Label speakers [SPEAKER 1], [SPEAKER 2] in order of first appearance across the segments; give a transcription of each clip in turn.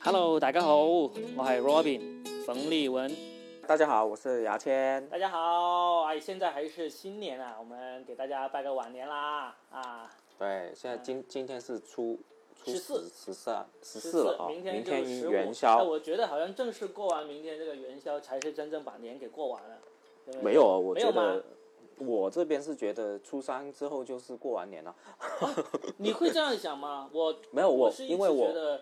[SPEAKER 1] Hello，大家好，我係 Robin 冯立文。
[SPEAKER 2] 大家好，我是牙签。
[SPEAKER 1] 大家好，哎，现在还是新年啊，我们给大家拜个晚年啦啊！
[SPEAKER 2] 对，现在今今天是初初
[SPEAKER 1] 嗯十四
[SPEAKER 2] 十四啊，十
[SPEAKER 1] 14
[SPEAKER 2] 四了啊，
[SPEAKER 1] 明
[SPEAKER 2] 明
[SPEAKER 1] 天就是十五。
[SPEAKER 2] 元
[SPEAKER 1] 哎
[SPEAKER 2] 宵
[SPEAKER 1] 我觉得好像正式过完明天这个元宵，才是真正把年给过完了。对不对
[SPEAKER 2] 没有啊？我
[SPEAKER 1] 没有
[SPEAKER 2] 觉
[SPEAKER 1] 吗
[SPEAKER 2] 得我这边是觉得初三之后就是过完年了，
[SPEAKER 1] 你会这样想 吗？我
[SPEAKER 2] 没有我
[SPEAKER 1] 是一直
[SPEAKER 2] 因为
[SPEAKER 1] 觉
[SPEAKER 2] 我
[SPEAKER 1] 得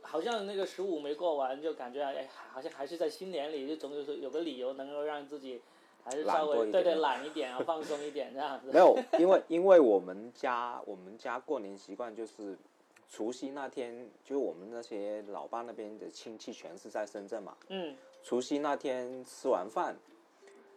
[SPEAKER 1] 好像那个十五没过完，就感觉哎，好像还是在新年里，就总有有个理由能够让自己还是稍
[SPEAKER 2] 懒多
[SPEAKER 1] 微
[SPEAKER 2] 一
[SPEAKER 1] 对
[SPEAKER 2] 点
[SPEAKER 1] 对懒一点啊，放松一点这样子。
[SPEAKER 2] 没有，因为因为我们家我们家过年习惯就是除夕那天，就是我们那些老爸那边的亲戚全是在深圳嘛，
[SPEAKER 1] 嗯，
[SPEAKER 2] 除夕那天吃完饭，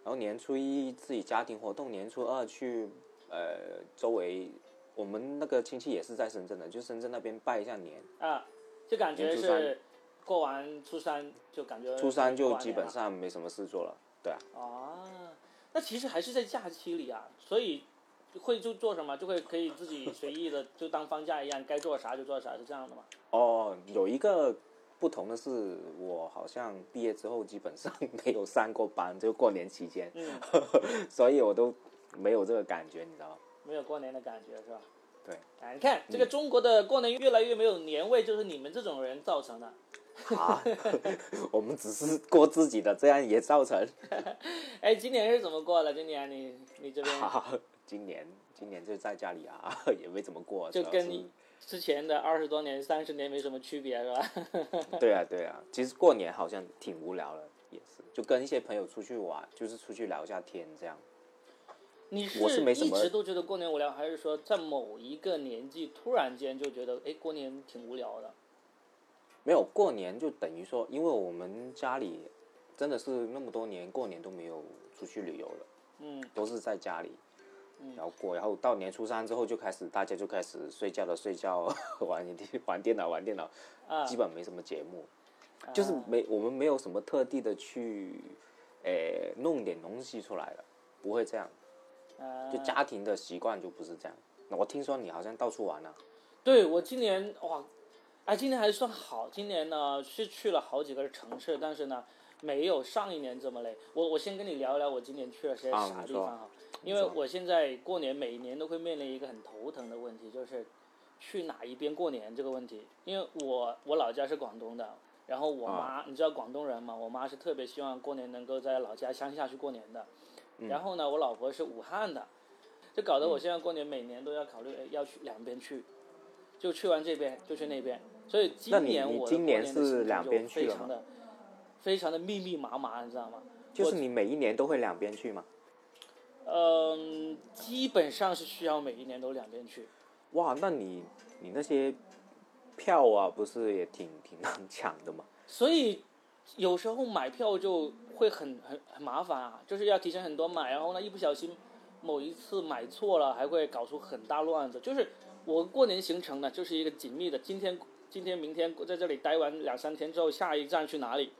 [SPEAKER 2] 然后年初一自己家庭活动，年初二去呃周围，我们那个亲戚也是在深圳的，就深圳那边拜一下年。
[SPEAKER 1] 啊，就感觉
[SPEAKER 2] 年初三
[SPEAKER 1] 是过完初三就感觉
[SPEAKER 2] 初三
[SPEAKER 1] 过
[SPEAKER 2] 就
[SPEAKER 1] 完
[SPEAKER 2] 基
[SPEAKER 1] 年
[SPEAKER 2] 本
[SPEAKER 1] 了
[SPEAKER 2] 上没什么事做了，对啊，
[SPEAKER 1] 啊，那其实还是在假期里啊，所以会就做什么就会可以自己随意的就当放假一样，该做啥就做啥，是这样的嘛？
[SPEAKER 2] 哦，有一个不同的是，我好像毕业之后基本上没有上过班，就过年期间，
[SPEAKER 1] 嗯，
[SPEAKER 2] 所以我都没有这个感觉，你知道吗？
[SPEAKER 1] 没有过年的感觉是吧？
[SPEAKER 2] 对，
[SPEAKER 1] 哎，你看这个中国的过年越来越没有年味，就是你们这种人造成的。
[SPEAKER 2] 啊， 我们只是过自己的，这样也造成
[SPEAKER 1] 哎，今年是怎么过的？今年你你这边
[SPEAKER 2] 啊， 今年今年就在家里啊， 也没怎么过，
[SPEAKER 1] 就
[SPEAKER 2] 主要
[SPEAKER 1] 跟
[SPEAKER 2] 是
[SPEAKER 1] 你之前的二十多年、三十年没什么区别是吧？
[SPEAKER 2] 对啊对啊，其实过年好像挺无聊的，也是就跟一些朋友出去玩，就是出去聊一下天这样。
[SPEAKER 1] 你
[SPEAKER 2] 我是没什
[SPEAKER 1] 一
[SPEAKER 2] 么
[SPEAKER 1] 直都觉得过年无聊，还是说在某一个年纪突然间就觉得哎过年挺无聊的？
[SPEAKER 2] 没有过年就等于说，因为我们家里真的是那么多年过年都没有出去旅游了，
[SPEAKER 1] 嗯，
[SPEAKER 2] 都是在家里。然后过，然后到年初三之后就开始，大家就开始睡觉的睡觉， 玩一天玩电脑玩电脑，
[SPEAKER 1] 啊
[SPEAKER 2] 基本没什么节目，就是
[SPEAKER 1] 啊
[SPEAKER 2] 没我们没有什么特地的去，诶、弄点东西出来了，不会这样，
[SPEAKER 1] 呃
[SPEAKER 2] 就家庭的习惯就不是这样。那我听说你好像到处玩啊了、
[SPEAKER 1] 对我今年哇，哎，今年还算好。今年呢是去了好几个城市，但是呢没有上一年这么累。我我先跟你聊一聊我今年去了些
[SPEAKER 2] 啊
[SPEAKER 1] 啥地
[SPEAKER 2] 你说
[SPEAKER 1] 方哈，因为我现在过年每年都会面临一个很头疼的问题，就是去哪一边过年这个问题。因为我我老家是广东的，然后我
[SPEAKER 2] 啊
[SPEAKER 1] 妈、你知道广东人嘛，我妈是特别希望过年能够在老家乡下去过年的。
[SPEAKER 2] 嗯
[SPEAKER 1] 然后呢，我老婆是武汉的，就搞得我现在过年每年都要考虑哎要去两边去，就去完这边就去那边，所以今
[SPEAKER 2] 那你
[SPEAKER 1] 年
[SPEAKER 2] 你
[SPEAKER 1] 我的
[SPEAKER 2] 今
[SPEAKER 1] 过
[SPEAKER 2] 年
[SPEAKER 1] 的
[SPEAKER 2] 是
[SPEAKER 1] 行程
[SPEAKER 2] 两
[SPEAKER 1] 就
[SPEAKER 2] 边去
[SPEAKER 1] 非
[SPEAKER 2] 了
[SPEAKER 1] 常
[SPEAKER 2] 吗
[SPEAKER 1] 的非常的密密麻麻，你知道吗？
[SPEAKER 2] 就是你每一年都会两边去吗？
[SPEAKER 1] 嗯，基本上是需要每一年都两边去。
[SPEAKER 2] 哇，那你你那些票啊，不是也挺挺难抢的吗？
[SPEAKER 1] 所以有时候买票就会很很很麻烦啊，就是要提前很多买，然后呢一不小心某一次买错了，还会搞出很大乱子。就是我过年行程呢，就是一个紧密的，今天今天明天在这里待完两三天之后，下一站去哪里？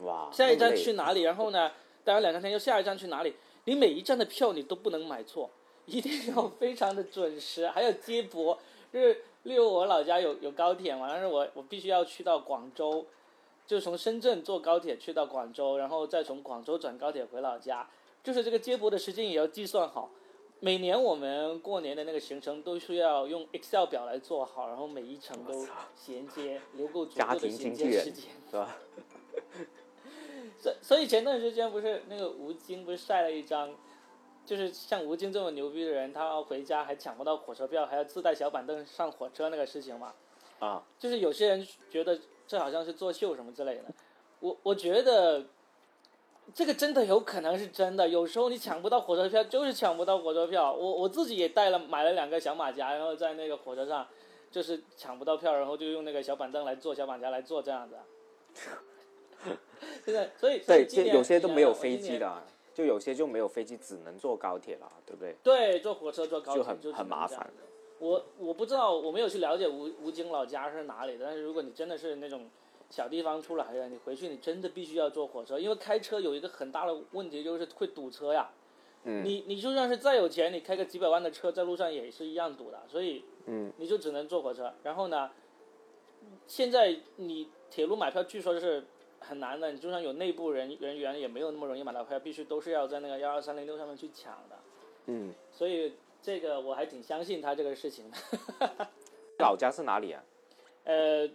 [SPEAKER 2] 哇，
[SPEAKER 1] 下一
[SPEAKER 2] 那么
[SPEAKER 1] 站
[SPEAKER 2] 累
[SPEAKER 1] 去哪里？然后呢，待完两三天又下一站去哪里？你每一站的票你都不能买错，一定
[SPEAKER 2] 嗯
[SPEAKER 1] 要非常的准时，还要接驳。就是例如我老家有有高铁嘛，但是我我必须要去到广州，就从深圳坐高铁去到广州，然后再从广州转高铁回老家，就是这个接驳的时间也要计算好。每年我们过年的那个行程都需要用 Excel 表来做好，然后每一程都衔接，留够足
[SPEAKER 2] 家
[SPEAKER 1] 够的
[SPEAKER 2] 庭
[SPEAKER 1] 衔
[SPEAKER 2] 经纪
[SPEAKER 1] 接
[SPEAKER 2] 人
[SPEAKER 1] 时间。
[SPEAKER 2] 是吧？
[SPEAKER 1] 所所以前段时间不是那个吴京不是晒了一张，就是像吴京这么牛逼的人，他回家还抢不到火车票，还要自带小板凳上火车那个事情嘛？
[SPEAKER 2] 啊，
[SPEAKER 1] 就是有些人觉得这好像是作秀什么之类的，我我觉得这个真的有可能是真的。有时候你抢不到火车票，就是抢不到火车票。我我自己也带了买了两个小马甲，然后在那个火车上就是抢不到票，然后就用那个小板凳来坐，小马甲来坐这样子。 真的，所以所以
[SPEAKER 2] 对，
[SPEAKER 1] 今
[SPEAKER 2] 这
[SPEAKER 1] 年
[SPEAKER 2] 有些都没有
[SPEAKER 1] 我今
[SPEAKER 2] 飞机
[SPEAKER 1] 年
[SPEAKER 2] 的啊，就有些就没有飞机，只能坐高铁了，啊对不对？
[SPEAKER 1] 对，坐火车坐高铁
[SPEAKER 2] 就
[SPEAKER 1] 只
[SPEAKER 2] 很
[SPEAKER 1] 能这样
[SPEAKER 2] 很麻烦。
[SPEAKER 1] 我我不知道，我没有去了解吴吴京老家是哪里的。但是如果你真的是那种小地方出来的，你回去你真的必须要坐火车，因为开车有一个很大的问题就是会堵车呀。
[SPEAKER 2] 嗯
[SPEAKER 1] 你你就算是再有钱，你开个几百万的车在路上也是一样堵的，所以
[SPEAKER 2] 嗯
[SPEAKER 1] 你就只能坐火车。然后呢，现在你铁路买票据说是很难的，你就算有内部人人员也没有那么容易买到票，必须都是要在那个幺二三零六上面去抢的。
[SPEAKER 2] 嗯，
[SPEAKER 1] 所以这个我还挺相信他这个事情的。
[SPEAKER 2] 老家是哪里啊？
[SPEAKER 1] 呃，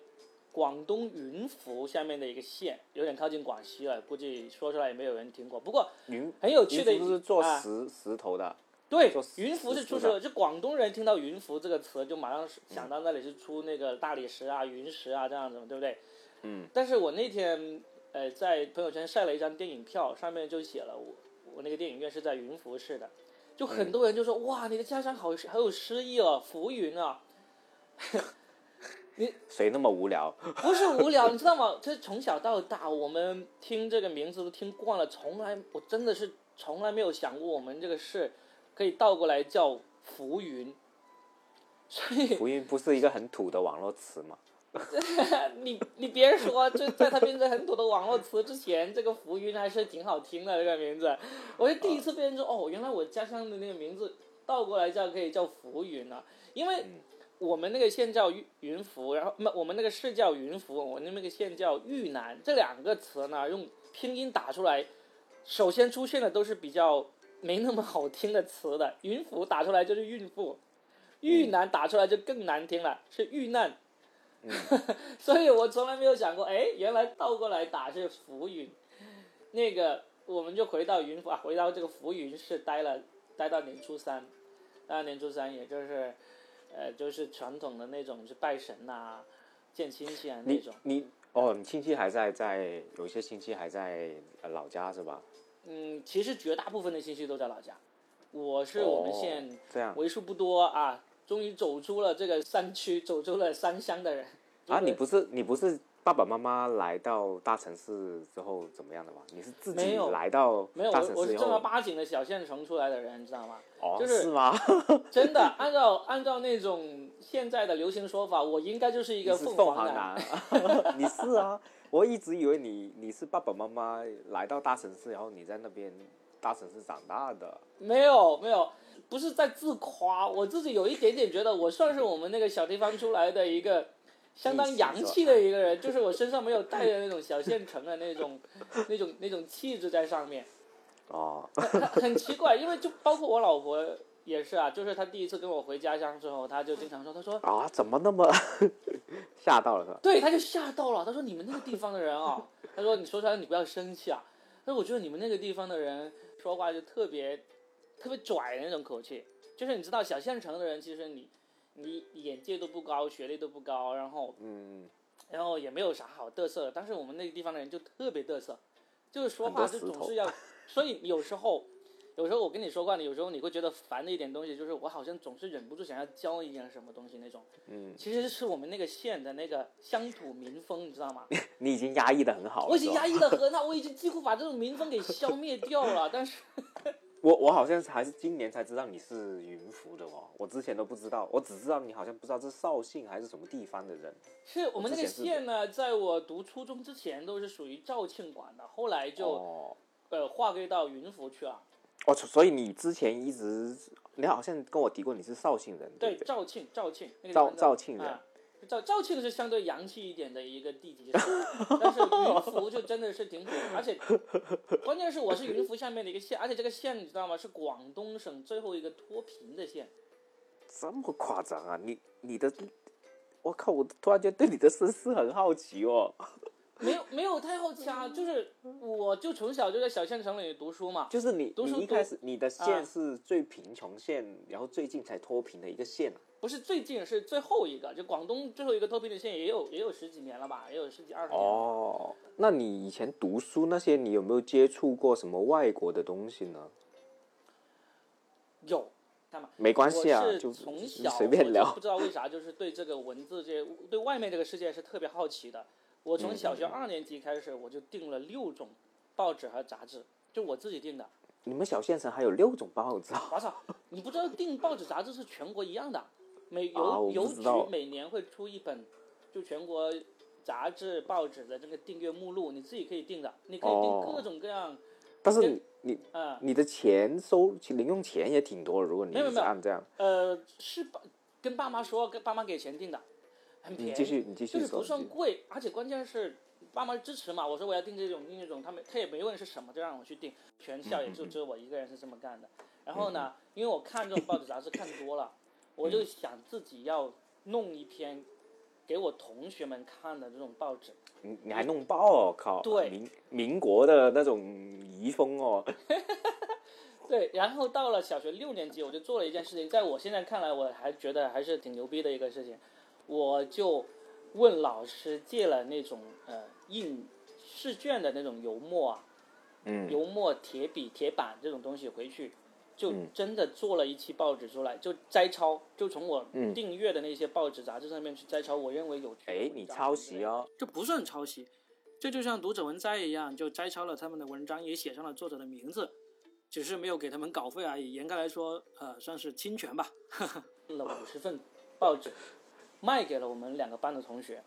[SPEAKER 1] 广东云浮下面的一个县，有点靠近广西了，估计说出来也没有人听过。不过
[SPEAKER 2] 云
[SPEAKER 1] 很有趣
[SPEAKER 2] 云
[SPEAKER 1] 的
[SPEAKER 2] 浮是做
[SPEAKER 1] 啊
[SPEAKER 2] 石石头的，
[SPEAKER 1] 对
[SPEAKER 2] 做，石
[SPEAKER 1] 云浮是
[SPEAKER 2] 石
[SPEAKER 1] 出
[SPEAKER 2] 头
[SPEAKER 1] 石头，
[SPEAKER 2] 的
[SPEAKER 1] 就广东人听到云浮这个词，就马上是想到那里是出那个大理石啊、云石啊这样子嘛，对不对？
[SPEAKER 2] 嗯。
[SPEAKER 1] 但是我那天呃在朋友圈晒了一张电影票，上面就写了我我那个电影院是在云浮市的，就很多人就说、哇，你的家乡好好有诗意哦，浮云啊，
[SPEAKER 2] 谁那么无聊？
[SPEAKER 1] 不是无聊，你知道吗？这从小到大，我们听这个名字都听惯了，从来我真的是从来没有想过我们这个市可以倒过来叫浮云，所以。
[SPEAKER 2] 浮云不是一个很土的网络词吗？
[SPEAKER 1] 你你别说，就在它变成很土的网络词之前，这个浮云还是挺好听的这个名字。我是第一次辨认出，哦，原来我家乡的那个名字倒过来叫可以叫浮云啊，因为我们那个县叫云云浮，然后那我们那个市叫云浮，我们那个县叫玉南，这两个词呢用拼音打出来，首先出现的都是比较没那么好听的词的，云浮打出来就是孕妇。
[SPEAKER 2] 嗯
[SPEAKER 1] 遇难打出来就更难听了，是遇难。
[SPEAKER 2] 嗯
[SPEAKER 1] 所以我从来没有想过，哎，原来倒过来打是浮云。那个，我们就回到云浮啊，回到这个浮云市待了，待到年初三，待到年初三，也就是，呃，就是传统的那种，是拜神呐、见亲戚啊那
[SPEAKER 2] 你
[SPEAKER 1] 种。
[SPEAKER 2] 你哦，你亲戚还在在，有些亲戚还在呃老家是吧？
[SPEAKER 1] 嗯，其实绝大部分的亲戚都在老家，我是我们
[SPEAKER 2] 哦
[SPEAKER 1] 县
[SPEAKER 2] 这样
[SPEAKER 1] 为数不多啊，终于走出了这个山区，走出了山乡的人。
[SPEAKER 2] 啊，你不是你不是爸爸妈妈来到大城市之后怎么样的吗？你是自
[SPEAKER 1] 没
[SPEAKER 2] 己
[SPEAKER 1] 有
[SPEAKER 2] 来到
[SPEAKER 1] 没有，
[SPEAKER 2] 大
[SPEAKER 1] 我
[SPEAKER 2] 城
[SPEAKER 1] 我
[SPEAKER 2] 市
[SPEAKER 1] 是
[SPEAKER 2] 以
[SPEAKER 1] 正儿
[SPEAKER 2] 后
[SPEAKER 1] 八经的小县城出来的人，你知道 吗？
[SPEAKER 2] 哦，
[SPEAKER 1] 就是
[SPEAKER 2] 吗？
[SPEAKER 1] 真的，按照按照那种现在的流行说法，我应该就是一
[SPEAKER 2] 你
[SPEAKER 1] 个
[SPEAKER 2] 是
[SPEAKER 1] 凤
[SPEAKER 2] 凰啊
[SPEAKER 1] 男。
[SPEAKER 2] 男，你是啊？我一直以为你你是爸爸妈妈来到大城市，然后你在那边大城市长大的。
[SPEAKER 1] 没有没有，不是在自夸，我自己有一点点觉得我算是我们那个小地方出来的一个相当洋气的一个人，就是我身上没有带着那种小县城的那 种那种那种气质在上面。
[SPEAKER 2] 哦，
[SPEAKER 1] 很奇怪，因为就包括我老婆也是啊，就是她第一次跟我回家乡之后，她就经常说，她说
[SPEAKER 2] 啊，怎么那么 吓到了是吧？
[SPEAKER 1] 对，他就吓到了。他说：“你们那个地方的人啊、他说：“你说出来你不要生气啊。”他说：“我觉得你们那个地方的人说话就特别特别拽的那种口气，就是你知道小县城的人，其实你你眼界都不高，学历都不高，然后
[SPEAKER 2] 嗯，
[SPEAKER 1] 然后也没有啥好嘚瑟的。但是我们那个地方的人就特别嘚瑟，就是说
[SPEAKER 2] 很多
[SPEAKER 1] 话就
[SPEAKER 2] 石
[SPEAKER 1] 总
[SPEAKER 2] 头
[SPEAKER 1] 是 要，所以有时候。”有时候我跟你说过，有时候你会觉得烦的一点东西，就是我好像总是忍不住想要教一点什么东西那种。
[SPEAKER 2] 嗯，
[SPEAKER 1] 其实是我们那个县的那个乡土民风，你知 道吗？
[SPEAKER 2] 你已经压抑的很好了。
[SPEAKER 1] 我已经
[SPEAKER 2] 是
[SPEAKER 1] 压
[SPEAKER 2] 吧
[SPEAKER 1] 抑的很好，我已经几乎把这种民风给消灭掉了。但 是
[SPEAKER 2] 我我好像还是今年才知道你是云浮的哦，我之前都不知道，我只知道你好像不知道是绍兴还是什么地方的人。
[SPEAKER 1] 是我们那个
[SPEAKER 2] 之前是
[SPEAKER 1] 县呢，在我读初中之前都是属于肇庆管的，后来就、
[SPEAKER 2] 哦，
[SPEAKER 1] 呃划归到云浮去了。
[SPEAKER 2] 哦，所以你之前一直，你好像跟我提过你是绍兴人，
[SPEAKER 1] 对，
[SPEAKER 2] 不对？
[SPEAKER 1] 肇庆，肇庆，那个地
[SPEAKER 2] 肇
[SPEAKER 1] 方叫
[SPEAKER 2] 肇庆人
[SPEAKER 1] 啊肇肇庆是相对洋气一点的一个地级 市，但是云浮就真的是挺土，而且关键是我是云浮下面的一个县，而且这个县你知道吗？是广东省最后一个脱贫的县。
[SPEAKER 2] 这么夸张啊？你你的，我靠！我突然间对你的身世很好奇哦。
[SPEAKER 1] 啊没有没有太好奇啊，就是我就从小就在小县城里读书嘛，
[SPEAKER 2] 就是你，
[SPEAKER 1] 读书
[SPEAKER 2] 你一
[SPEAKER 1] 读
[SPEAKER 2] 开始你的
[SPEAKER 1] 啊
[SPEAKER 2] 县是最贫穷县，然后最近才脱贫的一个县啊。
[SPEAKER 1] 不是最近是最后一个，就广东最后一个脱贫的县也有也有十几年了吧，也有十几二十年了。
[SPEAKER 2] 哦，那你以前读书那些，你有没有接触过什么外国的东西呢？
[SPEAKER 1] 有，看嘛，
[SPEAKER 2] 没关系啊
[SPEAKER 1] 我，是
[SPEAKER 2] 就
[SPEAKER 1] 从
[SPEAKER 2] 你
[SPEAKER 1] 小
[SPEAKER 2] 随便
[SPEAKER 1] 我就
[SPEAKER 2] 聊
[SPEAKER 1] 不。知道为啥就是对这个文字这对外面这个世界是特别好奇的。我
[SPEAKER 2] 嗯
[SPEAKER 1] 从小学二年级开始，我就订了六种报纸和杂志，就我自己订的。
[SPEAKER 2] 你们小县城还有六种报纸啊？
[SPEAKER 1] 我操，你不知道订报纸杂志是全国一样的，每邮、
[SPEAKER 2] 啊我不
[SPEAKER 1] 邮
[SPEAKER 2] 知
[SPEAKER 1] 局
[SPEAKER 2] 道
[SPEAKER 1] 每年会出一本，就全国杂志报纸的这个订阅目录，你自己可以订的，你可以订
[SPEAKER 2] 哦
[SPEAKER 1] 各种各样，
[SPEAKER 2] 但是
[SPEAKER 1] 这
[SPEAKER 2] 你你
[SPEAKER 1] 嗯
[SPEAKER 2] 你的钱收零用钱也挺多的，如果你
[SPEAKER 1] 没有
[SPEAKER 2] 一
[SPEAKER 1] 没
[SPEAKER 2] 直
[SPEAKER 1] 有
[SPEAKER 2] 按这样，
[SPEAKER 1] 呃是爸跟爸妈说，跟爸妈给钱订的，很便
[SPEAKER 2] 你
[SPEAKER 1] 宜，
[SPEAKER 2] 嗯继续，你继续
[SPEAKER 1] 就是
[SPEAKER 2] 说
[SPEAKER 1] 不。算贵，而且关键是爸妈支持嘛。我说我要订这种订那种，他们他也没问是什么，就让我去订。全校也就只有我一个人是这么干的。然后呢，因为我看这种报纸杂志看多了，我就想自己要弄一篇给我同学们看的这种报纸。
[SPEAKER 2] 你你还弄爆哦，靠！
[SPEAKER 1] 对
[SPEAKER 2] 民民国的那种遗风哦，
[SPEAKER 1] 对，然后到了小学六年级，我就做了一件事情，在我现在看来，我还觉得还是挺牛逼的一个事情。我就问老师借了那种呃印试卷的那种油墨啊，
[SPEAKER 2] 嗯，
[SPEAKER 1] 油墨、铁笔、铁板这种东西回去，就真的做了一期报纸出来，就摘抄，就从我订阅的那些报纸、杂志上面去摘抄，我认为有趣。
[SPEAKER 2] 哎，你抄袭！哦，
[SPEAKER 1] 这不是很抄袭，这就像读者文摘一样，就摘抄了他们的文章，也写上了作者的名字，只是没有给他们稿费而已。严格来说，呃，算是侵权吧。 了五十份报纸，卖给了我们两个班的同学，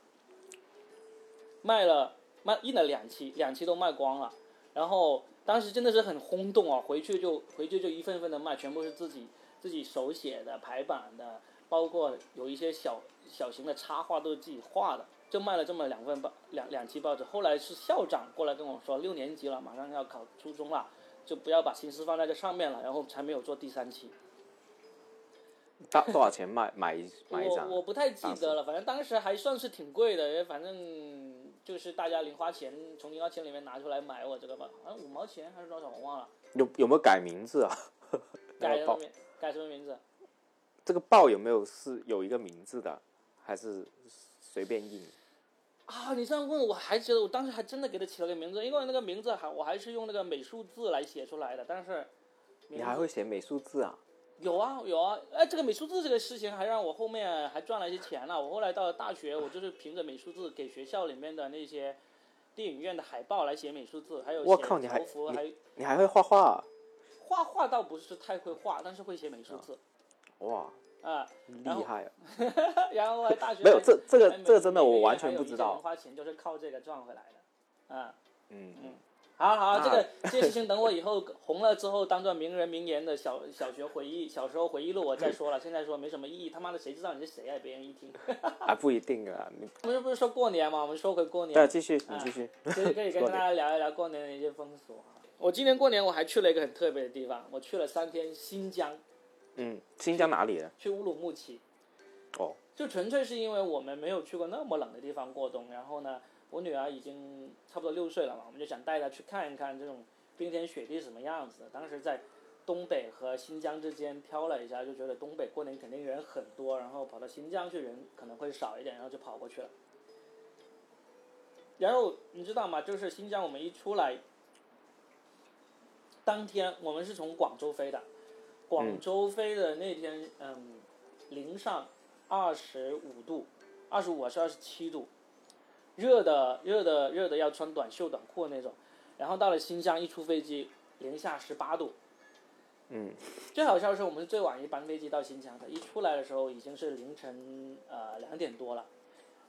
[SPEAKER 1] 卖了卖印了两期，两期都卖光了。然后当时真的是很轰动啊，回去就回去就一份份的卖，全部是自己自己手写的、排版的，包括有一些小小型的插画都是自己画的，就卖了这么两份报两两期报纸。后来是校长过来跟我说，六年级了，马上要考初中了，就不要把心思放在这上面了，然后才没有做第三期。
[SPEAKER 2] 大多少钱买买一买一张
[SPEAKER 1] 我？我不太记得了，反正当时还算是挺贵的，因为反正就是大家零花钱从零花钱里面拿出来买我这个吧，好像五毛钱还是多少我忘了，
[SPEAKER 2] 有有没有改名字啊？那
[SPEAKER 1] 改
[SPEAKER 2] 个
[SPEAKER 1] 什
[SPEAKER 2] 报
[SPEAKER 1] 么名改什么名字？
[SPEAKER 2] 这个报有没有是有一个名字的，还是随便印？
[SPEAKER 1] 啊，你这样问我还觉得我当时还真的给它起了个名字，因为那个名字还我还是用那个美术字来写出来的，但是名
[SPEAKER 2] 你还
[SPEAKER 1] 字
[SPEAKER 2] 会写美术字啊？
[SPEAKER 1] 有啊有啊，哎，这个美术字这个事情还让我后面还赚了一些钱呢。我后来到了大学，我就是凭着美术字给学校里面的那些电影院的海报来写美术字，还有
[SPEAKER 2] 我
[SPEAKER 1] 写
[SPEAKER 2] 靠你还
[SPEAKER 1] 条幅，还
[SPEAKER 2] 你还会画画啊？
[SPEAKER 1] 画画倒不是太会画，但是会写美术字
[SPEAKER 2] 哇，
[SPEAKER 1] 啊、
[SPEAKER 2] 厉
[SPEAKER 1] 然后
[SPEAKER 2] 害啊！
[SPEAKER 1] 然后还大学
[SPEAKER 2] 没有这这个
[SPEAKER 1] 还每
[SPEAKER 2] 这个真的
[SPEAKER 1] 每个
[SPEAKER 2] 我
[SPEAKER 1] 月
[SPEAKER 2] 完
[SPEAKER 1] 还
[SPEAKER 2] 全
[SPEAKER 1] 有
[SPEAKER 2] 不
[SPEAKER 1] 一
[SPEAKER 2] 知
[SPEAKER 1] 些
[SPEAKER 2] 道
[SPEAKER 1] 零花钱就是靠这个赚回来的，啊、
[SPEAKER 2] 嗯嗯，
[SPEAKER 1] 好好，这个
[SPEAKER 2] 那
[SPEAKER 1] 这些事情等我以后红了之后，当做名人名言的小小学回忆、小时候回忆录，我再说了。现在说没什么意义，他妈的谁知道你是谁啊？别人一听，
[SPEAKER 2] 还不一定啊。你
[SPEAKER 1] 我们不是说过年吗？我们说回过年，
[SPEAKER 2] 那继续，你继续。
[SPEAKER 1] 可以可以跟
[SPEAKER 2] 过
[SPEAKER 1] 大
[SPEAKER 2] 年
[SPEAKER 1] 家聊一聊过年的一些风俗啊。我今年过年我还去了一个很特别的地方，我去了三天新疆，
[SPEAKER 2] 嗯，新疆哪里的？
[SPEAKER 1] 去乌鲁木齐。
[SPEAKER 2] 哦，
[SPEAKER 1] 就纯粹是因为我们没有去过那么冷的地方过冬，然后呢，我女儿已经差不多六岁了嘛，我们就想带她去看一看这种冰天雪地什么样子。当时在东北和新疆之间挑了一下，就觉得东北过年肯定人很多，然后跑到新疆去人可能会少一点，然后就跑过去了。然后你知道吗？就是新疆，我们一出来，当天我们是从广州飞的，广州飞的那天，嗯，零上二十五度，二十五还是二十七度，热的热的热的要穿短袖短裤那种。然后到了新疆，一出飞机零下十八度。
[SPEAKER 2] 嗯，
[SPEAKER 1] 最好笑的是，我们是最晚一班飞机到新疆的，一出来的时候已经是凌晨呃两点多了。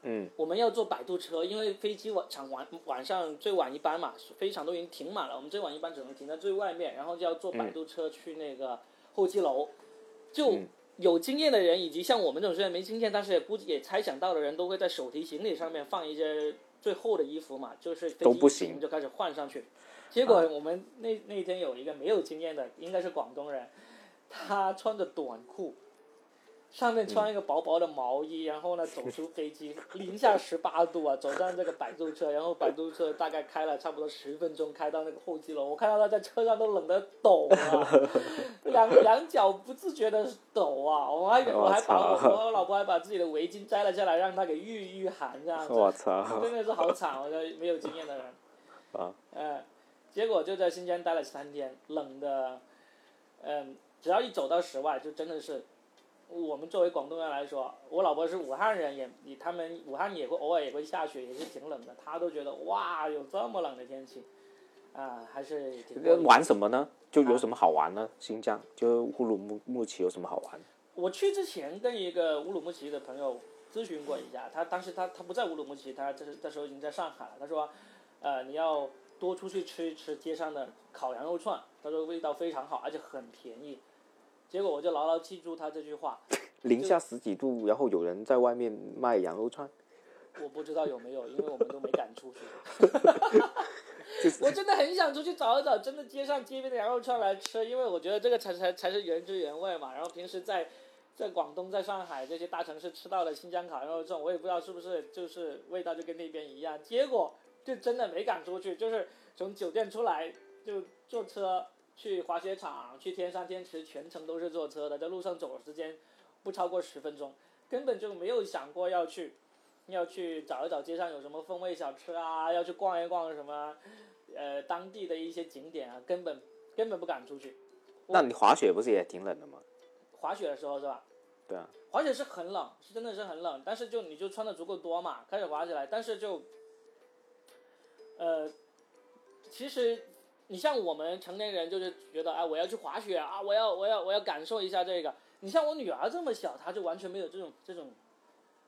[SPEAKER 2] 嗯，
[SPEAKER 1] 我们要坐摆渡车，因为飞机晚场晚晚上最晚一班嘛，飞机场都已经停满了，我们最晚一班只能停在最外面，然后就要坐摆
[SPEAKER 2] 嗯
[SPEAKER 1] 渡车去那个候机楼。就有经验的人，以及像我们这种虽然没经验，但是也估计也猜想到的人，都会在手提行李上面放一些最厚的衣服嘛，就是飞机
[SPEAKER 2] 都不
[SPEAKER 1] 一停
[SPEAKER 2] 行啊
[SPEAKER 1] 就开始换上去。结果我们那那天有一个没有经验的，应该是广东人，他穿着短裤，上面穿一个薄薄的毛衣，然后呢走出飞机，零下十八度啊，走上这个摆渡车，然后摆渡车大概开了差不多十分钟，开到那个候机楼，我看到他在车上都冷得抖了，两两脚不自觉的抖啊，我还我还把
[SPEAKER 2] 我操
[SPEAKER 1] 我我老婆还把自己的围巾摘了下来，让他给御御寒这样子，
[SPEAKER 2] 我操，
[SPEAKER 1] 真的是好惨，我觉得没有经验的人。
[SPEAKER 2] 啊。
[SPEAKER 1] 嗯、结果就在新疆待了三天，冷的，嗯、只要一走到室外，就真的是，我们作为广东人来说，我老婆是武汉人，也也他们武汉也会偶尔也会下雪，也是挺冷的，她都觉得哇，有这么冷的天气，啊、还是挺过瘾的
[SPEAKER 2] 玩什么呢？就有什么好玩
[SPEAKER 1] 啊
[SPEAKER 2] 呢？新疆就乌鲁木木齐有什么好玩？
[SPEAKER 1] 我去之前跟一个乌鲁木齐的朋友咨询过一下，他当时他他不在乌鲁木齐，他这是这时候已经在上海了。他说，呃，你要多出去吃一吃街上的烤羊肉串，他说味道非常好，而且很便宜。结果我就牢牢记住他这句话，
[SPEAKER 2] 零下十几度，然后有人在外面卖羊肉
[SPEAKER 1] 哦
[SPEAKER 2] 串，
[SPEAKER 1] 我不知道有没有，因为我们都没敢出去。我真的很想出去找一找，真的街上街边的羊肉串来吃，因为我觉得这个才才才是原汁原味嘛。然后平时在在广东、在上海这些大城市吃到的新疆烤羊肉串，我也不知道是不是就是味道就跟那边一样。结果就真的没敢出去，就是从酒店出来就坐车去滑雪场、去天山天池，全程都是坐车的，在路上走的时间不超过十分钟，根本就没有想过要去。要去找一找街上有什么风味小吃啊，要去逛一逛什么，呃，当地的一些景点啊，根本根本不敢出去。
[SPEAKER 2] 那你滑雪不是也挺冷的吗？
[SPEAKER 1] 滑雪的时候是吧？
[SPEAKER 2] 对啊，
[SPEAKER 1] 滑雪是很冷，是真的是很冷，但是就你就穿的足够多嘛，开始滑起来，但是就，呃，其实你像我们成年人就是觉得，哎，我要去滑雪啊，我要我要我要感受一下这个。你像我女儿这么小，她就完全没有这种这种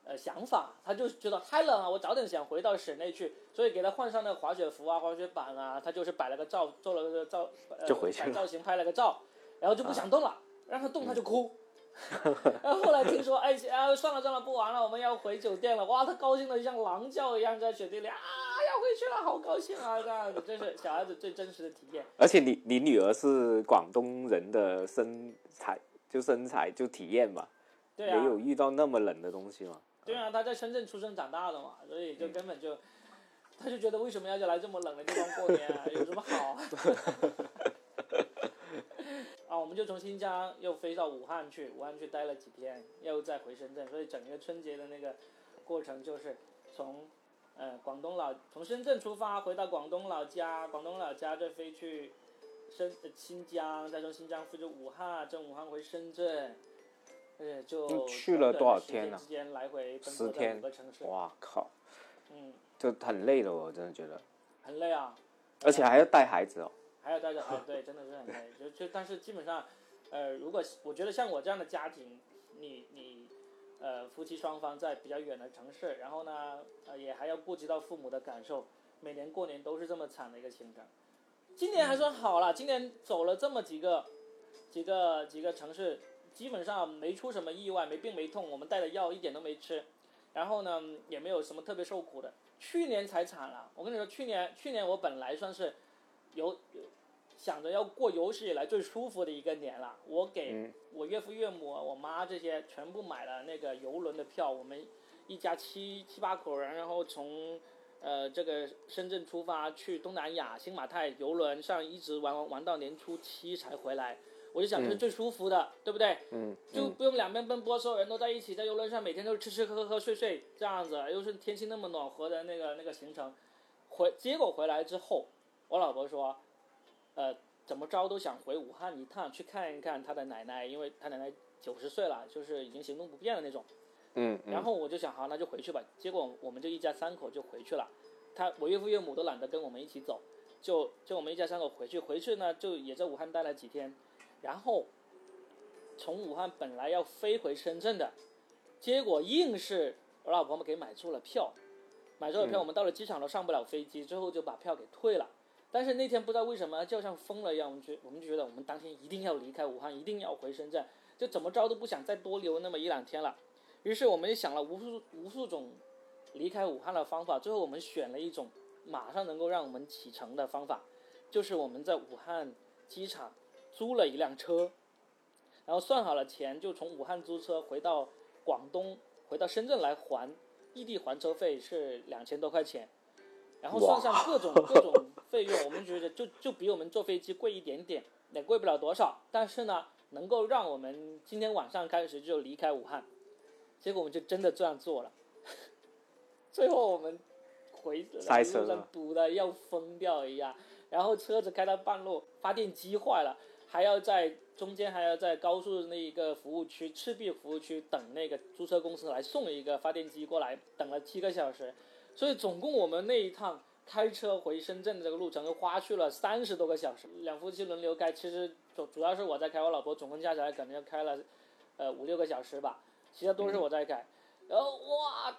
[SPEAKER 1] 呃想法，他就觉得太冷了，我早点想回到室内去，所以给他换上那个滑雪服啊、滑雪板啊，他就是摆了个照，做了个照，呃、
[SPEAKER 2] 就回去了啊
[SPEAKER 1] 摆造型拍了个照，然后就不想动了，让他动他就哭。
[SPEAKER 2] 嗯
[SPEAKER 1] 然后后来听说，哎，啊，算了算了，不玩了，我们要回酒店了。哇，他高兴的像狼叫一样，在雪地里啊，要回去了，好高兴啊！这样子，这是小孩子最真实的体验。
[SPEAKER 2] 而且你你女儿是广东人的身材，就身材就体验嘛，
[SPEAKER 1] 对啊，
[SPEAKER 2] 没有遇到那么冷的东西嘛。
[SPEAKER 1] 对啊，他在深圳出生长大的嘛，所以
[SPEAKER 2] 嗯
[SPEAKER 1] 就根本就，他就觉得为什么要来这么冷的地方过年、啊， 有什么好啊？啊，我们就从新疆又飞到武汉去，武汉去待了几天，又再回深圳，所以整个春节的那个过程就是从，呃，广东老从深圳出发，回到广东老家，广东老家再飞去深呃新疆，再从新疆飞去武汉，从武汉回深圳，呃，就
[SPEAKER 2] 你去了多少
[SPEAKER 1] 天
[SPEAKER 2] 天啊
[SPEAKER 1] 之间来回奔
[SPEAKER 2] 十
[SPEAKER 1] 波在
[SPEAKER 2] 天
[SPEAKER 1] 五个城市，
[SPEAKER 2] 哇靠，
[SPEAKER 1] 嗯，
[SPEAKER 2] 就很累的，我真的觉得，
[SPEAKER 1] 很累啊，
[SPEAKER 2] 而且还要带孩子哦。
[SPEAKER 1] 还有带着孩子，对，真的是很累。就就但是基本上，呃，如果我觉得像我这样的家庭，你你呃夫妻双方在比较远的城市，然后呢，呃也还要顾及到父母的感受，每年过年都是这么惨的一个情感。今年还算好了，今年走了这么几个几个几个城市，基本上没出什么意外，没病没痛，我们带的药一点都没吃，然后呢也没有什么特别受苦的。去年才惨了，我跟你说，去年去年我本来算是有有想着要过有史以来最舒服的一个年了，我给、
[SPEAKER 2] 嗯
[SPEAKER 1] 我岳父岳母、我妈这些全部买了那个游轮的票，我们一家七七八口人，然后从呃这个深圳出发去东南亚新马泰游轮上一直玩玩玩到年初七才回来。我就想这是最舒服的，对不对？
[SPEAKER 2] 嗯，
[SPEAKER 1] 就不用两边奔波，所有人都在一起，在游轮上每天都是吃吃喝喝睡睡这样子，又是天气那么暖和的那个那个行程，回结果回来之后，我老婆说，呃，怎么着都想回武汉一趟去看一看她的奶奶，因为她奶奶九十岁了，就是已经行动不便的那种。
[SPEAKER 2] 嗯
[SPEAKER 1] 然
[SPEAKER 2] 嗯，
[SPEAKER 1] 后我就想，好，那就回去吧。结果我们就一家三口就回去了。他我岳父岳母都懒得跟我们一起走，就就我们一家三口回去。回去呢，就也在武汉待了几天。然后从武汉本来要飞回深圳的，结果硬是我老婆们给买错了票，买错了票，我们到了机场都上不了飞机，最后就把票给退了。但是那天不知道为什么，就像疯了一样，我们觉我们就觉得我们当天一定要离开武汉，一定要回深圳，就怎么着都不想再多留那么一两天了。于是我们就想了无数无数种离开武汉的方法，最后我们选了一种马上能够让我们启程的方法，就是我们在武汉机场租了一辆车，然后算好了钱，就从武汉租车回到广东，回到深圳来还异地还车费是两千多块钱，然后算上各种各种费用，我们觉得就就比我们坐飞机贵一点点，也贵不了多少，但是呢，能够让我们今天晚上开始就离开武汉。结果我们就真的这样做了。最后我们回
[SPEAKER 2] 塞车
[SPEAKER 1] 路上
[SPEAKER 2] 了
[SPEAKER 1] 堵的要疯掉一样，然后车子开到半路，发电机坏了，还要在中间还要在高速那一个服务区赤壁服务区等那个租车公司来送一个发电机过来，等了七个小时，所以总共我们那一趟。开车回深圳的这个路程花去了三十多个小时，两夫妻轮流开。其实主主要是我在开，我老婆总共加起来可能要开了，呃五六个小时吧。其他都是我在改。然后哇，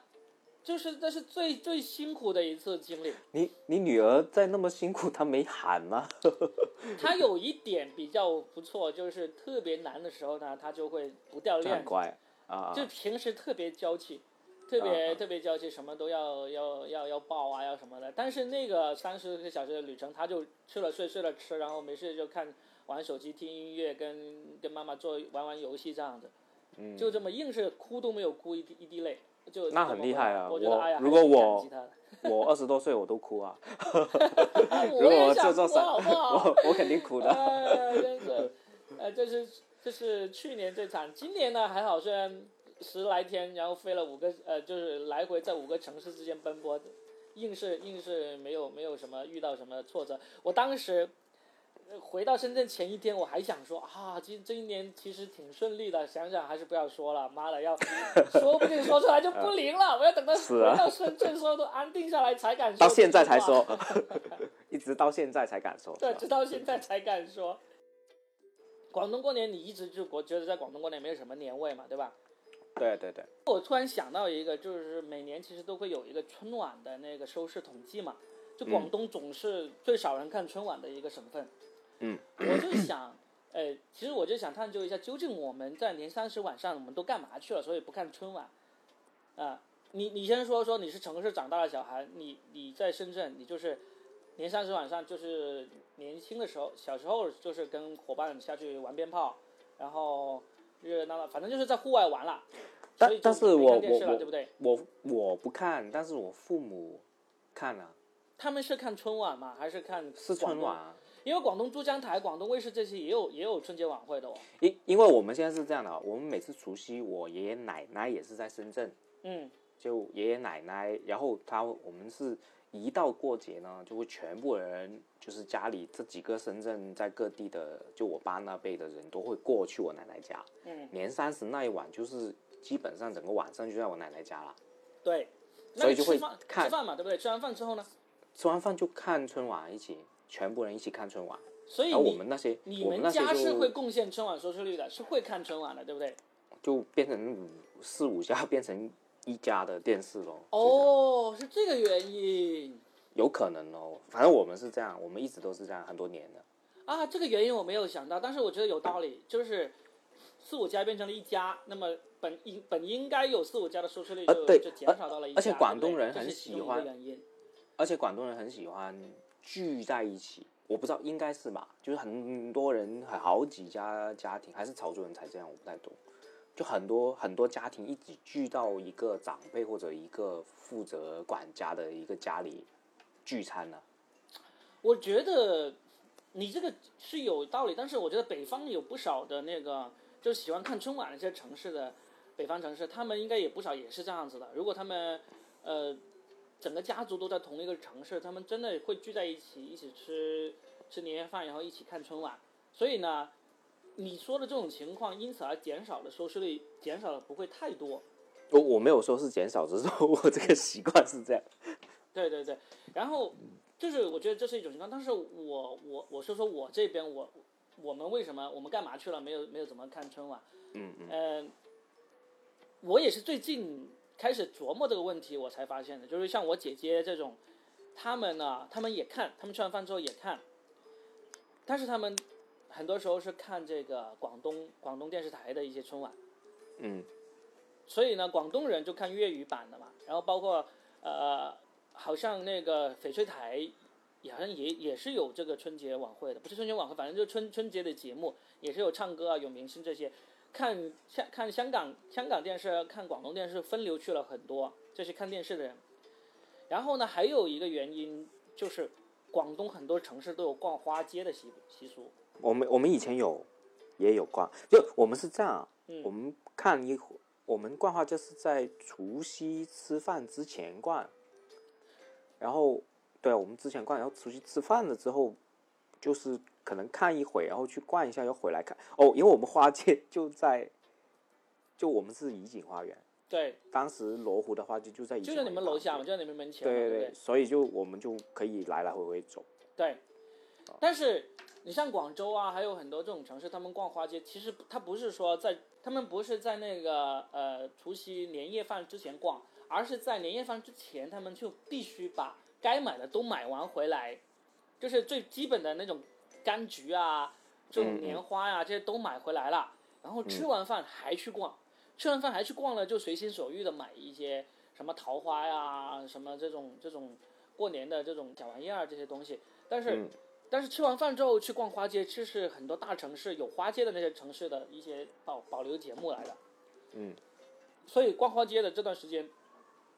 [SPEAKER 1] 就是这是最最辛苦的一次经历。
[SPEAKER 2] 你你女儿在那么辛苦，她没喊吗？ 嗯
[SPEAKER 1] 他有一点比较不错，就是特别难的时候呢，他就会不掉
[SPEAKER 2] 这很
[SPEAKER 1] 链子。
[SPEAKER 2] 乖。啊，
[SPEAKER 1] 就平时特别娇气，特别、特别娇气，什么都要要要要抱啊，要什么的。但是那个三十个小时的旅程，他就吃了睡，睡了吃，然后没事就看玩手机、听音乐，跟跟妈妈做玩玩游戏这样子，
[SPEAKER 2] 嗯，
[SPEAKER 1] 就这么硬是哭都没有哭一滴一滴泪。就
[SPEAKER 2] 那很厉害啊
[SPEAKER 1] 我觉得
[SPEAKER 2] 我
[SPEAKER 1] 哎呀，
[SPEAKER 2] 如果我
[SPEAKER 1] 还是感激他的
[SPEAKER 2] 我二十多岁我都哭啊，
[SPEAKER 1] 我
[SPEAKER 2] 如果
[SPEAKER 1] 也
[SPEAKER 2] 我这
[SPEAKER 1] 想
[SPEAKER 2] 座
[SPEAKER 1] 哭
[SPEAKER 2] 山，
[SPEAKER 1] 好不 好？
[SPEAKER 2] 我我肯定哭的。
[SPEAKER 1] 呃，真是，呃，这是这是去年最惨，今年呢还好，虽然十来天，然后飞了五个，呃，就是来回在五个城市之间奔波，硬是硬是没有没有什么遇到什么挫折。我当时呃回到深圳前一天，我还想说啊，今这一年其实挺顺利的，想想还是不要说了，妈的， 要说不定说出来就不灵了，我要等到
[SPEAKER 2] 是啊
[SPEAKER 1] 回到深圳说都安定下来才敢说，
[SPEAKER 2] 到现在才说， 一直到现在才敢说。
[SPEAKER 1] 对，
[SPEAKER 2] 是
[SPEAKER 1] 直
[SPEAKER 2] 吧
[SPEAKER 1] 到现在才敢说。广东过年，你一直就我觉得在广东过年没有什么年味嘛，对吧？
[SPEAKER 2] 对对对，
[SPEAKER 1] 我突然想到一个，就是每年其实都会有一个春晚的那个收视统计嘛，就广东总是最少人看春晚的一个省份。
[SPEAKER 2] 嗯，
[SPEAKER 1] 我就想，呃，其实我就想探究一下，究竟我们在年三十晚上我们都干嘛去了？所以不看春晚啊、你你先说说，你是城市长大的小孩，你你在深圳，你就是年三十晚上就是年轻的时候，小时候就是跟伙伴下去玩鞭炮，然后热热闹闹，反正就是在户外玩了。
[SPEAKER 2] 但
[SPEAKER 1] 所以就
[SPEAKER 2] 但是
[SPEAKER 1] 没
[SPEAKER 2] 我
[SPEAKER 1] 看电
[SPEAKER 2] 我
[SPEAKER 1] 视了
[SPEAKER 2] 我
[SPEAKER 1] 对不对？
[SPEAKER 2] 我我不看，但是我父母看啊，
[SPEAKER 1] 他们是看春晚吗？还是看
[SPEAKER 2] 是春晚、啊。
[SPEAKER 1] 因为广东珠江台、广东卫视这些也有也有春节晚会的哦。
[SPEAKER 2] 因因为我们现在是这样的啊，我们每次除夕，我爷爷奶奶也是在深圳，
[SPEAKER 1] 嗯，
[SPEAKER 2] 就爷爷奶奶，然后他我们是一到过节呢，就会全部人就是家里这几个深圳在各地的，就我爸那辈的人都会过去我奶奶家。
[SPEAKER 1] 嗯，
[SPEAKER 2] 年三十那一晚就是基本上整个晚上就在我奶奶家了，
[SPEAKER 1] 对。那
[SPEAKER 2] 所以
[SPEAKER 1] 你
[SPEAKER 2] 就会
[SPEAKER 1] 吃饭
[SPEAKER 2] 看
[SPEAKER 1] 吃饭嘛，对不对？吃完饭之后呢？
[SPEAKER 2] 吃完饭就看春晚，一起全部人一起看春晚。
[SPEAKER 1] 所以
[SPEAKER 2] 然后我
[SPEAKER 1] 你
[SPEAKER 2] 们那些
[SPEAKER 1] 你
[SPEAKER 2] 我们
[SPEAKER 1] 们
[SPEAKER 2] 那些
[SPEAKER 1] 家是会
[SPEAKER 2] 就
[SPEAKER 1] 贡献春晚收视率的，是会看春晚的，对不对？
[SPEAKER 2] 就变成五四五家 变成一家的电视咯。就这样
[SPEAKER 1] 哦，是这个原因
[SPEAKER 2] 有可能哦，反正我们是这样，我们一直都是这样，很多年了。
[SPEAKER 1] 啊，这个原因我没有想到，但是我觉得有道理，就是四五家变成了一家，那么本应本应该有四五家的收视率就、
[SPEAKER 2] 呃对
[SPEAKER 1] 就减少到了一家，
[SPEAKER 2] 而且广东
[SPEAKER 1] 对
[SPEAKER 2] 人
[SPEAKER 1] 不对
[SPEAKER 2] 很
[SPEAKER 1] 这是其中
[SPEAKER 2] 喜
[SPEAKER 1] 一个
[SPEAKER 2] 欢
[SPEAKER 1] 原因。
[SPEAKER 2] 而且广东人很喜欢聚在一起，我不知道应该是吧，就是很多人好几家家庭，还是潮州人才这样，我不太懂。就很多很多家庭一起聚到一个长辈或者一个负责管家的一个家里聚餐呢、
[SPEAKER 1] 我觉得你这个是有道理，但是我觉得北方有不少的那个就是喜欢看春晚的这些城市的北方城市，他们应该也不少也是这样子的。如果他们呃整个家族都在同一个城市，他们真的会聚在一起，一起吃吃年夜饭，然后一起看春晚。所以呢，你说的这种情况，因此而减少的收视率减少的不会太多。
[SPEAKER 2] 我我没有说是减少，只 是说我这个习惯是这样。
[SPEAKER 1] 对对对，然后就是我觉得这是一种情况，但是我我我说说我这边我我们为什么我们干嘛去了？没有没有怎么看春晚？
[SPEAKER 2] 嗯嗯，
[SPEAKER 1] 嗯、我也是最近开始琢磨这个问题，我才发现的，就是像我姐姐这种，他们呢，他们也看，他们吃完饭之后也看，但是他们很多时候是看这个广东广东电视台的一些春晚。
[SPEAKER 2] 嗯，
[SPEAKER 1] 所以呢，广东人就看粤语版的嘛，然后包括呃，好像那个翡翠台，也好像也也是有这个春节晚会的，不是春节晚会，反正就是春春节的节目，也是有唱歌啊，有明星这些。看香看香港香港电视，看广东电视分流去了很多，这是看电视的人。然后呢，还有一个原因就是，广东很多城市都有逛花街的习习俗。
[SPEAKER 2] 我们我们以前有也有逛，就我们是这样啊，
[SPEAKER 1] 嗯
[SPEAKER 2] 我们看一会我们逛花就是在除夕吃饭之前逛，然后对啊我们之前逛，然后除夕吃饭了之后，就是可能看一会，然后去逛一下，又回来看。哦，因为我们花街就在，就我们是怡景花园，
[SPEAKER 1] 对，
[SPEAKER 2] 当时罗湖的花街就在怡景
[SPEAKER 1] 就
[SPEAKER 2] 花园
[SPEAKER 1] 在你们楼下嘛，就在你们门前
[SPEAKER 2] 对
[SPEAKER 1] 嘛，
[SPEAKER 2] 对
[SPEAKER 1] 不
[SPEAKER 2] 对，所以就我们就可以来来回回走。
[SPEAKER 1] 对，但是你像广州啊，还有很多这种城市，他们逛花街，其实他不是说在，他们不是在那个呃除夕年夜饭之前逛，而是在年夜饭之前，他们就必须把该买的都买完回来，就是最基本的那种柑橘啊，这种
[SPEAKER 2] 嗯嗯嗯
[SPEAKER 1] 年花呀、这些都买回来了，然后吃完饭还去逛。吃完饭还去逛了，就随心所欲的买一些什么桃花呀、什么这种这种过年的这种小玩意儿这些东西。但是、
[SPEAKER 2] 嗯
[SPEAKER 1] 但是吃完饭之后去逛花街，这是很多大城市有花街的那些城市的一些保保留节目来的。
[SPEAKER 2] 嗯，
[SPEAKER 1] 所以逛花街的这段时间，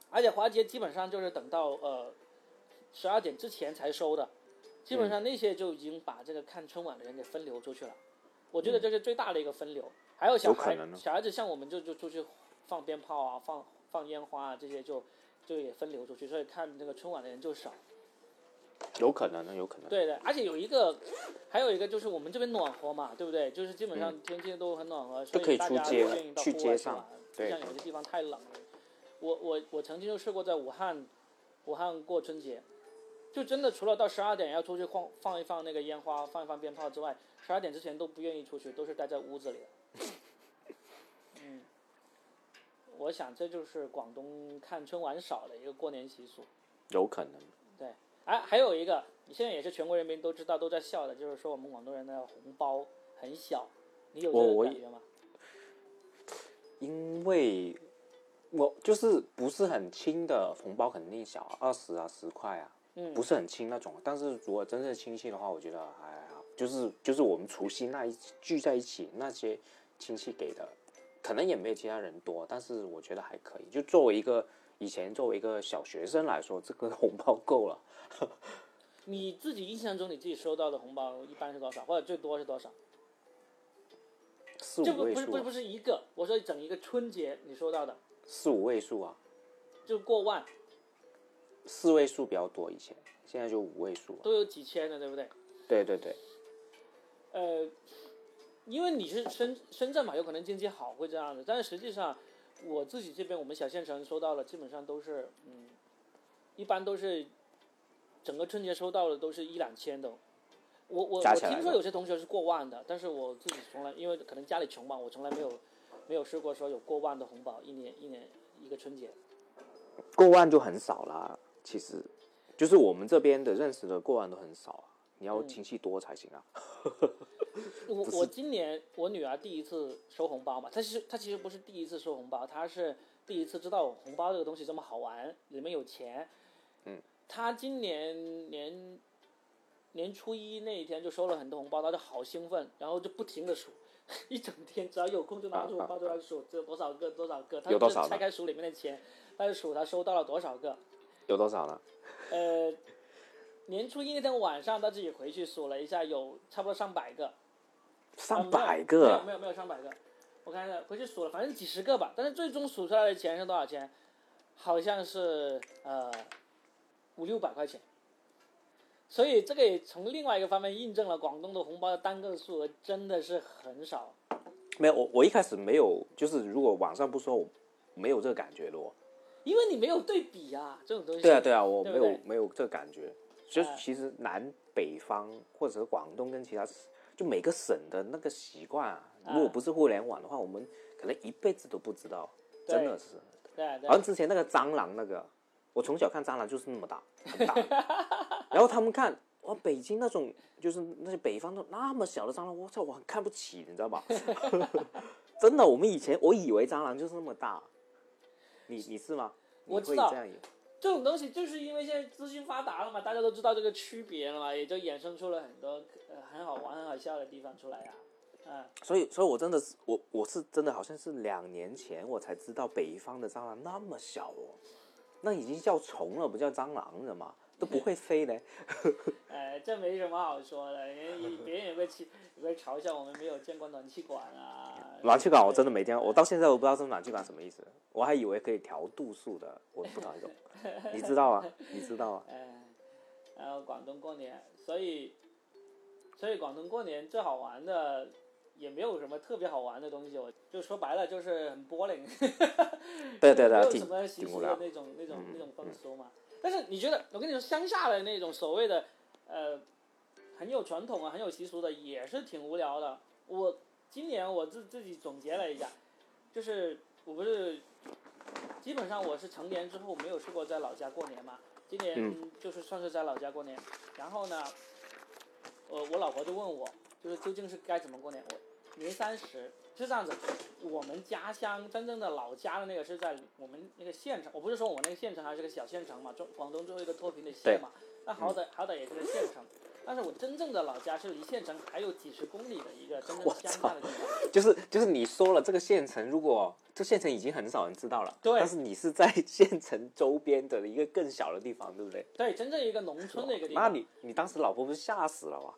[SPEAKER 1] 而且花街基本上就是等到呃十二点之前才收的，基
[SPEAKER 2] 嗯
[SPEAKER 1] 本上那些就已经把这个看春晚的人给分流出去了。我觉得这是最大的一个分流。还有小
[SPEAKER 2] 有可
[SPEAKER 1] 孩
[SPEAKER 2] 能呢
[SPEAKER 1] 小孩子像我们就就出去放鞭炮啊，放放烟花啊这些就就也分流出去，所以看这个春晚的人就少。
[SPEAKER 2] 有可能的，啊有可能。
[SPEAKER 1] 对的，而且有一个，还有一个就是我们这边暖和嘛，对不对？就是基本上天气都很暖和，所
[SPEAKER 2] 嗯都可以
[SPEAKER 1] 大
[SPEAKER 2] 出
[SPEAKER 1] 家
[SPEAKER 2] 街
[SPEAKER 1] 愿意到
[SPEAKER 2] 去
[SPEAKER 1] 户
[SPEAKER 2] 街
[SPEAKER 1] 外
[SPEAKER 2] 上
[SPEAKER 1] 玩
[SPEAKER 2] 对
[SPEAKER 1] 不像有些地方太冷了。我我我曾经就试过在武汉，武汉过春节，就真的除了到十二点要出去放放一放那个烟花，放一放鞭炮之外，十二点之前都不愿意出去，都是待在屋子里的。嗯，我想这就是广东看春晚少的一个过年习俗。
[SPEAKER 2] 有可能。
[SPEAKER 1] 哎，还有一个，现在也是全国人民都知道、都在笑的，就是说我们广东人的红包很小，你有
[SPEAKER 2] 我
[SPEAKER 1] 这个
[SPEAKER 2] 我
[SPEAKER 1] 感觉吗？
[SPEAKER 2] 因为我就是不是很轻的红包，肯定小，二十啊、十块啊，
[SPEAKER 1] 嗯
[SPEAKER 2] 不是很轻那种。但是如果真正亲戚的话，我觉得还好，就是就是我们除夕那一聚在一起，那些亲戚给的，可能也没有其他人多，但是我觉得还可以。就作为一个以前作为一个小学生来说，这个红包够了。
[SPEAKER 1] 你自己印象中你自己收到的红包一般是多少，或者最多是多少？
[SPEAKER 2] 四
[SPEAKER 1] 这
[SPEAKER 2] 五
[SPEAKER 1] 不
[SPEAKER 2] 位
[SPEAKER 1] 不是
[SPEAKER 2] 数
[SPEAKER 1] 不是
[SPEAKER 2] 啊
[SPEAKER 1] 不，是一个，我说整一个春节你收到的
[SPEAKER 2] 四五位数啊，
[SPEAKER 1] 就过万，
[SPEAKER 2] 四位数比较多，以前现在就五位数、啊。
[SPEAKER 1] 都有几千的，对不对？
[SPEAKER 2] 对对对，
[SPEAKER 1] 呃，因为你是深深圳嘛，有可能经济好会这样子，但是实际上我自己这边我们小县城收到的基本上都是，嗯，一般都是整个春节收到的都是一两千的。我我
[SPEAKER 2] 加
[SPEAKER 1] 我
[SPEAKER 2] 起来
[SPEAKER 1] 听说
[SPEAKER 2] 的
[SPEAKER 1] 有些同学是过万的，但是我自己从来因为可能家里穷嘛，我从来没有没有试过说有过万的红包，一年一年一个春节。
[SPEAKER 2] 过万就很少啦，其实就是我们这边的认识的过万都很少啊，你要
[SPEAKER 1] 嗯
[SPEAKER 2] 亲戚多才行啊。
[SPEAKER 1] 我我今年我女儿第一次收红包嘛，她其实她其实不是第一次收红包，她是第一次知道红包这个东西这么好玩，里面有钱。
[SPEAKER 2] 嗯，
[SPEAKER 1] 她今年年年初一那一天就收了很多红包，她就好兴奋，然后就不停的数， 一整天只要有空就拿出红包就来数，这多少个多少个，她
[SPEAKER 2] 啊有
[SPEAKER 1] 就
[SPEAKER 2] 多少呢
[SPEAKER 1] 拆开数里面的钱，她就数她收到了多少个。
[SPEAKER 2] 有多少呢？
[SPEAKER 1] 呃，年初一那天晚上她自己回去数了一下，有差不多上百个。
[SPEAKER 2] 上百
[SPEAKER 1] 啊
[SPEAKER 2] 个，
[SPEAKER 1] 没有没有没有上百个，我看一下，回去数了，反正几十个吧。但是最终数出来的钱是多少钱？好像是呃五六百块钱。所以这个也从另外一个方面印证了广东的红包的单个数额真的是很少。
[SPEAKER 2] 没有。我我一开始没有，就是如果网上不说，我没有这个感觉的哦。
[SPEAKER 1] 因为你没有对比啊，这种东西。
[SPEAKER 2] 对啊对啊，我
[SPEAKER 1] 对
[SPEAKER 2] 没
[SPEAKER 1] 不
[SPEAKER 2] 有
[SPEAKER 1] 对
[SPEAKER 2] 没有这个感觉。就是
[SPEAKER 1] 哎
[SPEAKER 2] 其实南北方或者是广东跟其他，就每个省的那个习惯啊，如
[SPEAKER 1] 嗯
[SPEAKER 2] 果不是互联网的话，我们可能一辈子都不知道，
[SPEAKER 1] 对
[SPEAKER 2] 真的是。
[SPEAKER 1] 对啊对
[SPEAKER 2] 好
[SPEAKER 1] 啊
[SPEAKER 2] 像之前那个蟑螂那个，我从小看蟑螂就是那么大，很大。然后他们看哇，北京那种就是那些北方那种那么小的蟑螂，我操，我很看不起，你知道吧？ 真的，我们以前我以为蟑螂就是那么大，你你是吗？你
[SPEAKER 1] 我
[SPEAKER 2] 会
[SPEAKER 1] 知道
[SPEAKER 2] 这样以为
[SPEAKER 1] 这种东西就是因为现在资讯发达了嘛，大家都知道这个区别了嘛，也就衍生出了很多、呃、很好玩、很好笑的地方出来呀、啊。嗯，
[SPEAKER 2] 所以，所以我真的是我我是真的好像是两年前我才知道北方的蟑螂那么小哦，那已经叫虫了，不叫蟑螂了嘛，都不会飞嘞。
[SPEAKER 1] 哎，这没什么好说的，人家别人也会嘲也会嘲笑我们没有见过暖气管啊。
[SPEAKER 2] 暖气管我真的没见过，我到现在我不知道这暖气管什么意思，我还以为可以调度数的，我不搞懂。 你知道啊？你知道啊？
[SPEAKER 1] 哎，然后广东过年，所以所以广东过年最好玩的也没有什么特别好玩的东西，我就说白了就是很 boring，
[SPEAKER 2] 对对
[SPEAKER 1] 没
[SPEAKER 2] 对，
[SPEAKER 1] 有什
[SPEAKER 2] 挺
[SPEAKER 1] 么习
[SPEAKER 2] 挺无
[SPEAKER 1] 俗的
[SPEAKER 2] 聊。
[SPEAKER 1] 那种那种那种风
[SPEAKER 2] 嗯
[SPEAKER 1] 俗嘛。但是你觉得，我跟你说，乡下的那种所谓的呃很有传统啊、很有习俗的，也是挺无聊的。我今年我自自己总结了一下，就是我不是基本上我是成年之后没有试过在老家过年嘛，今年
[SPEAKER 2] 嗯
[SPEAKER 1] 就是算是在老家过年。然后呢，呃我我老婆就问我，就是究竟是该怎么过年？我年三十是这样子，我们家乡真正的老家的那个是在我们那个县城，我不是说我那个县城还是个小县城嘛，中广东最后一个脱贫的县嘛，那好歹好歹也是个县城。但是我真正的老家是离县城还有几十公里的一个真正
[SPEAKER 2] 我
[SPEAKER 1] 乡下的地方，
[SPEAKER 2] 就是就是你说了这个县城，如果这县城已经很少人知道了，
[SPEAKER 1] 对
[SPEAKER 2] 但是你是在县城周边的一个更小的地方，对不对？
[SPEAKER 1] 对，真正一个农村的一个地
[SPEAKER 2] 那
[SPEAKER 1] 方。
[SPEAKER 2] 你你当时老婆不是吓死了吗？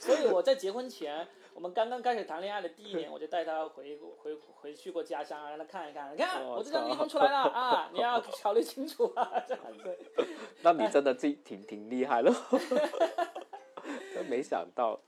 [SPEAKER 1] 所以我在结婚前，我们刚刚开始谈恋爱的第一 年，我就带她回过回回去过家乡啊，让她看一看，你看
[SPEAKER 2] 我
[SPEAKER 1] 我就这样
[SPEAKER 2] 操
[SPEAKER 1] 地方出来了 啊，你要考虑清楚啊，这样子。
[SPEAKER 2] 那你真的这挺挺厉 害了，真没想到。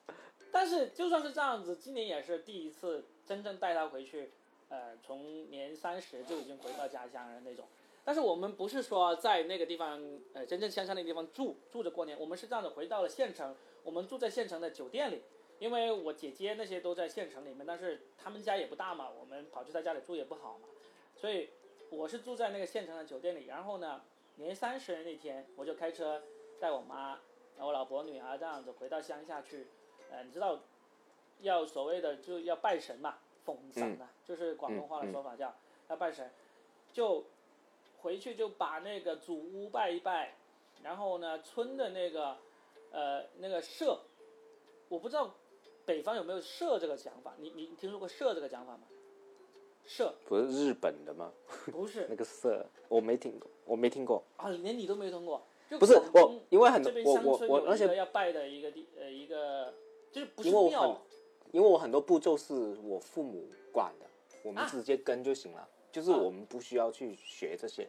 [SPEAKER 1] 但是就算是这样子，今年也是第一次真正带她回去，呃，从年三十就已经回到家乡了那种。但是我们不是说在那个地方，呃，真正乡下那个地方住住着过年，我们是这样子回到了县城，我们住在县城的酒店里，因为我姐姐那些都在县城里面，但是他们家也不大嘛，我们跑去她家里住也不好嘛，所以我是住在那个县城的酒店里。然后呢，年三十那天我就开车带我妈、我老婆、女儿这样子回到乡下去，呃，你知道，要所谓的就要拜神嘛，奉神啊，就是广东话的说法叫、要拜神，就回去就把那个祖屋拜一拜，然后呢，村的那个呃那个社，我不知道北方有没有社这个讲法，你你你听说过社这个讲法吗？社
[SPEAKER 2] 不是日本的 吗？
[SPEAKER 1] 不是
[SPEAKER 2] 那个社我没听过，我没听过。
[SPEAKER 1] 啊，连你都没听过，就
[SPEAKER 2] 不是
[SPEAKER 1] 广东
[SPEAKER 2] 我，因为很
[SPEAKER 1] 这边
[SPEAKER 2] 我
[SPEAKER 1] 乡
[SPEAKER 2] 我
[SPEAKER 1] 村
[SPEAKER 2] 我，
[SPEAKER 1] 有
[SPEAKER 2] 而
[SPEAKER 1] 一个
[SPEAKER 2] 且
[SPEAKER 1] 要拜的一个地呃一个，就是不是
[SPEAKER 2] 因为我
[SPEAKER 1] 庙
[SPEAKER 2] 很因为我很多步骤是我父母管的，我们
[SPEAKER 1] 啊
[SPEAKER 2] 直接跟就行了，就是
[SPEAKER 1] 啊
[SPEAKER 2] 我们不需要去学这些。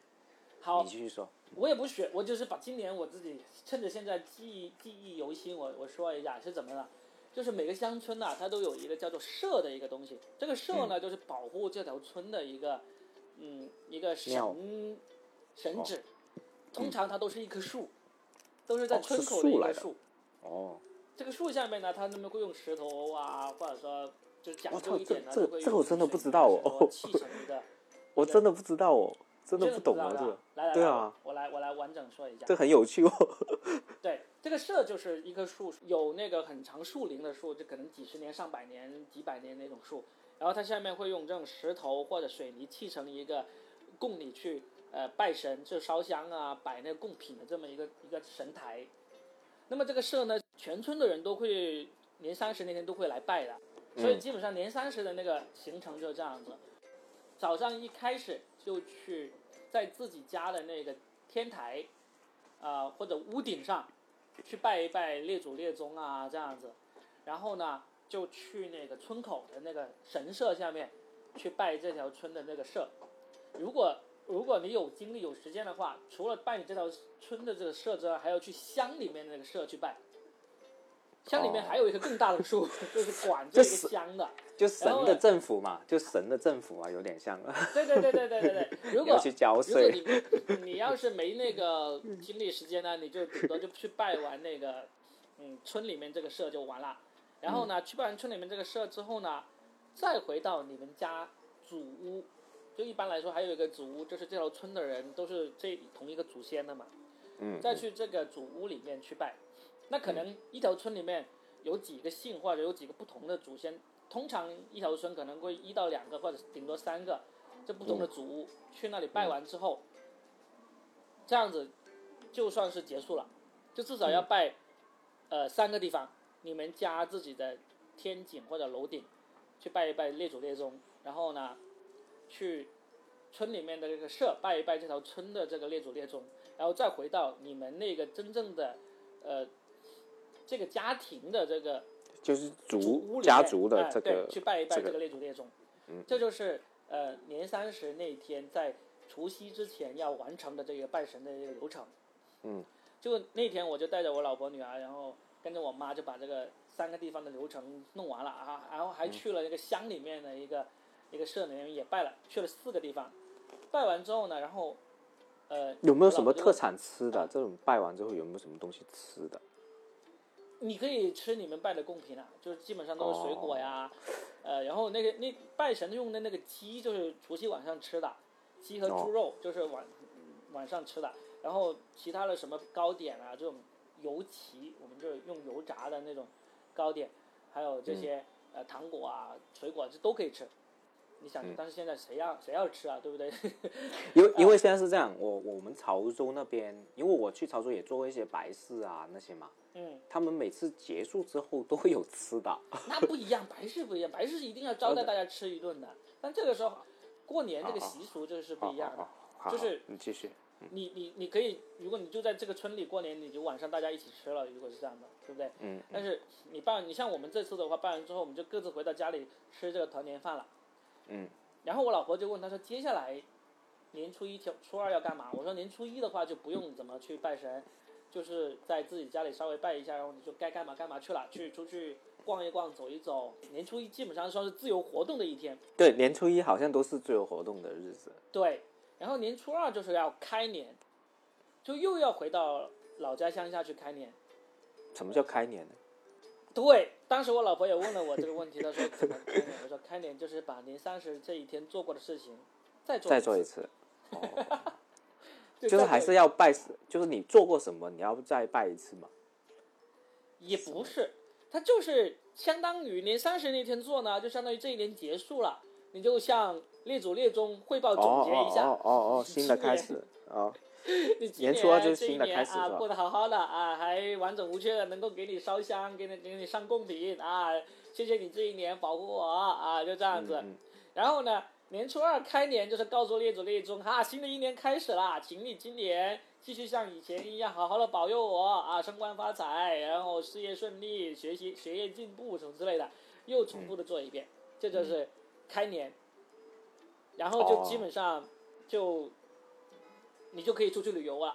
[SPEAKER 1] 好
[SPEAKER 2] 你，继续说。
[SPEAKER 1] 我也不学，我就是把今年我自己趁着现在记忆记忆犹新，我我说一下是怎么了。就是每个乡村呐、它都有一个叫做社的一个东西。这个社
[SPEAKER 2] 嗯
[SPEAKER 1] 呢，就是保护这条村的一个，嗯，一个
[SPEAKER 2] 庙
[SPEAKER 1] 神神
[SPEAKER 2] 哦
[SPEAKER 1] 指。通常它都是一棵树，都是在
[SPEAKER 2] 哦
[SPEAKER 1] 村
[SPEAKER 2] 是
[SPEAKER 1] 口
[SPEAKER 2] 树
[SPEAKER 1] 一棵
[SPEAKER 2] 来的
[SPEAKER 1] 树。
[SPEAKER 2] 哦，
[SPEAKER 1] 这个树下面呢，它那边会用石头啊，或者说就是讲
[SPEAKER 2] 我操
[SPEAKER 1] 究一点呢，
[SPEAKER 2] 这这
[SPEAKER 1] 就会
[SPEAKER 2] 这个我
[SPEAKER 1] 用
[SPEAKER 2] 真的
[SPEAKER 1] 水
[SPEAKER 2] 不知
[SPEAKER 1] 泥
[SPEAKER 2] 道
[SPEAKER 1] 石
[SPEAKER 2] 哦
[SPEAKER 1] 头砌成一个。
[SPEAKER 2] 我真的不知道哦，真
[SPEAKER 1] 你
[SPEAKER 2] 的
[SPEAKER 1] 真
[SPEAKER 2] 懂
[SPEAKER 1] 不
[SPEAKER 2] 啊
[SPEAKER 1] 知，道是
[SPEAKER 2] 这
[SPEAKER 1] 吧
[SPEAKER 2] 个
[SPEAKER 1] 来来来，
[SPEAKER 2] 对啊
[SPEAKER 1] 我来我来完整说一下。
[SPEAKER 2] 这很有趣哦。
[SPEAKER 1] 对，这个社就是一棵树，有那个很长树龄的树，就可能几十年、上百年、几百年那种树。然后它下面会用这种石头或者水泥砌成一个，供你去呃拜神，就烧香啊、摆那个贡品的这么一个一个神台。那么这个社呢，全村的人都会年三十那天都会来拜的，所以
[SPEAKER 2] 嗯
[SPEAKER 1] 基本上年三十的那个行程就是这样子。早上一开始就去在自己家的那个天台，啊、或者屋顶上去拜一拜列祖列宗啊这样子，然后呢就去那个村口的那个神社下面去拜这条村的那个社。如果如果你有精力有时间的话，除了拜你这条村的这个社之外，还要去乡里面的那个社去拜。乡里面
[SPEAKER 2] 哦
[SPEAKER 1] 还有一个更大的树，就是管这
[SPEAKER 2] 这
[SPEAKER 1] 个
[SPEAKER 2] 是
[SPEAKER 1] 乡的。
[SPEAKER 2] 就神
[SPEAKER 1] 然后
[SPEAKER 2] 的
[SPEAKER 1] 呢
[SPEAKER 2] 政府嘛，就神的政府啊，有点像。
[SPEAKER 1] 对对对对对对对。如
[SPEAKER 2] 你
[SPEAKER 1] 果
[SPEAKER 2] 要去
[SPEAKER 1] 如
[SPEAKER 2] 交
[SPEAKER 1] 果
[SPEAKER 2] 税，
[SPEAKER 1] 你你要是没那个精力时间呢，你就顶多就去拜完那个嗯村里面这个社就完了。然后呢，去拜完村里面这个社之后呢，再回到你们家祖屋，就一般来说还有一个祖屋，就是这条村的人都是这同一个祖先的嘛。
[SPEAKER 2] 嗯，
[SPEAKER 1] 再去这个主屋里面去拜。那可能一条村里面有几个姓或者有几个不同的祖先，通常一条村可能会一到两个或者顶多三个，这不同
[SPEAKER 2] 嗯
[SPEAKER 1] 的祖屋去那里拜完之后，这样子就算是结束了，就至少
[SPEAKER 2] 嗯
[SPEAKER 1] 要拜呃三个地方，你们家自己的天井或者楼顶去拜一拜列祖列宗，然后呢去村里面的这个社拜一拜这条村的这个列祖列宗。然后再回到你们那个真正的，呃，这个家庭的这个
[SPEAKER 2] 就是
[SPEAKER 1] 主
[SPEAKER 2] 族
[SPEAKER 1] 屋里
[SPEAKER 2] 家
[SPEAKER 1] 面
[SPEAKER 2] 族的
[SPEAKER 1] 哎
[SPEAKER 2] 这
[SPEAKER 1] 对
[SPEAKER 2] 个
[SPEAKER 1] 去拜一拜
[SPEAKER 2] 这个嗯
[SPEAKER 1] 这个列祖列宗，这就是呃年三十那天在除夕之前要完成的这个拜神的这个流程。
[SPEAKER 2] 嗯，
[SPEAKER 1] 就那天我就带着我老婆女儿，然后跟着我妈就把这个三个地方的流程弄完了啊，然后还去了那个乡里面的一个、一个社里面也拜了，去了四个地方。拜完之后呢，然后呃
[SPEAKER 2] 有没有什
[SPEAKER 1] 我
[SPEAKER 2] 么
[SPEAKER 1] 老婆就
[SPEAKER 2] 特产吃的？这种拜完之后有没有什么东西吃的？
[SPEAKER 1] 你可以吃你们拜的贡品啊，就是基本上都是水果呀，呃，然后那个那拜神用的那个鸡就是除夕晚上吃的，鸡和
[SPEAKER 2] 哦
[SPEAKER 1] 猪肉就是晚、晚上吃的，然后其他的什么糕点啊，这种油旗，我们就是用油炸的那种糕点，还有这些、呃糖果啊、水果啊，这都可以吃。你想，但是现在谁要谁要吃啊，对不 对？
[SPEAKER 2] 因为因
[SPEAKER 1] 嗯
[SPEAKER 2] 为现在是这样，我我们潮州那边，因为我去潮州也做过一些白事啊那些嘛，
[SPEAKER 1] 嗯，
[SPEAKER 2] 他们每次结束之后都会有吃的，
[SPEAKER 1] 那不一样，白事不一样，白事一定要招待大家吃一顿的。但这个时候，过年这个习俗就是不一样的。
[SPEAKER 2] 好
[SPEAKER 1] 就是
[SPEAKER 2] 你继续，嗯
[SPEAKER 1] 你你你可以，如果你就在这个村里过年，你就晚上大家一起吃了，如果是这样的，对不对？
[SPEAKER 2] 嗯，
[SPEAKER 1] 但是你办完，你像我们这次的话，办完之后我们就各自回到家里吃这个团年饭了。
[SPEAKER 2] 嗯。
[SPEAKER 1] 然后我老婆就问他说：“接下来年初一、初初二要干嘛？”我说：“年初一的话就不用怎么去拜神，就是在自己家里稍微拜一下，然后你就该干嘛干嘛去了，去出去逛一逛、走一走。年初一基本上算是自由活动的一天，
[SPEAKER 2] 对，年初一好像都是最有活动的日子，
[SPEAKER 1] 对。然后年初二就是要开年，就又要回到老家乡下去开年。”
[SPEAKER 2] 什么叫开年呢？
[SPEAKER 1] 对，当时我老婆也问了我这个问题，她说怎么开年？我说开年就是把年三十这一天做过的事情再做
[SPEAKER 2] 再
[SPEAKER 1] 一次
[SPEAKER 2] 做一次， 哦，
[SPEAKER 1] 就
[SPEAKER 2] 就是
[SPEAKER 1] 再
[SPEAKER 2] 还
[SPEAKER 1] 做
[SPEAKER 2] 是要拜，就是你做过什么，你要再拜一次嘛。
[SPEAKER 1] 也不是，它就是相当于年三十那天做呢，就相当于这一年结束了，你就向列祖列宗汇报总结一下，
[SPEAKER 2] 哦哦哦 哦，新的开始哦，
[SPEAKER 1] 你今
[SPEAKER 2] 年初二就是新的开始
[SPEAKER 1] 这一年
[SPEAKER 2] 是
[SPEAKER 1] 啊，
[SPEAKER 2] 吧
[SPEAKER 1] 过得好好的啊，还完整无缺，能够给你烧香，给你给你上贡品啊，谢谢你这一年保护我啊，就这样子。
[SPEAKER 2] 嗯
[SPEAKER 1] 然后呢，年初二开年就是告诉列祖列宗哈、新的一年开始啦，请你今年继续像以前一样好好的保佑我啊，升官发财，然后事业顺利，学习学业进步什么之类的，又重
[SPEAKER 2] 嗯
[SPEAKER 1] 复的做一遍，这就是开年。然后就
[SPEAKER 2] 哦
[SPEAKER 1] 基本上就、你就可以出去旅游了。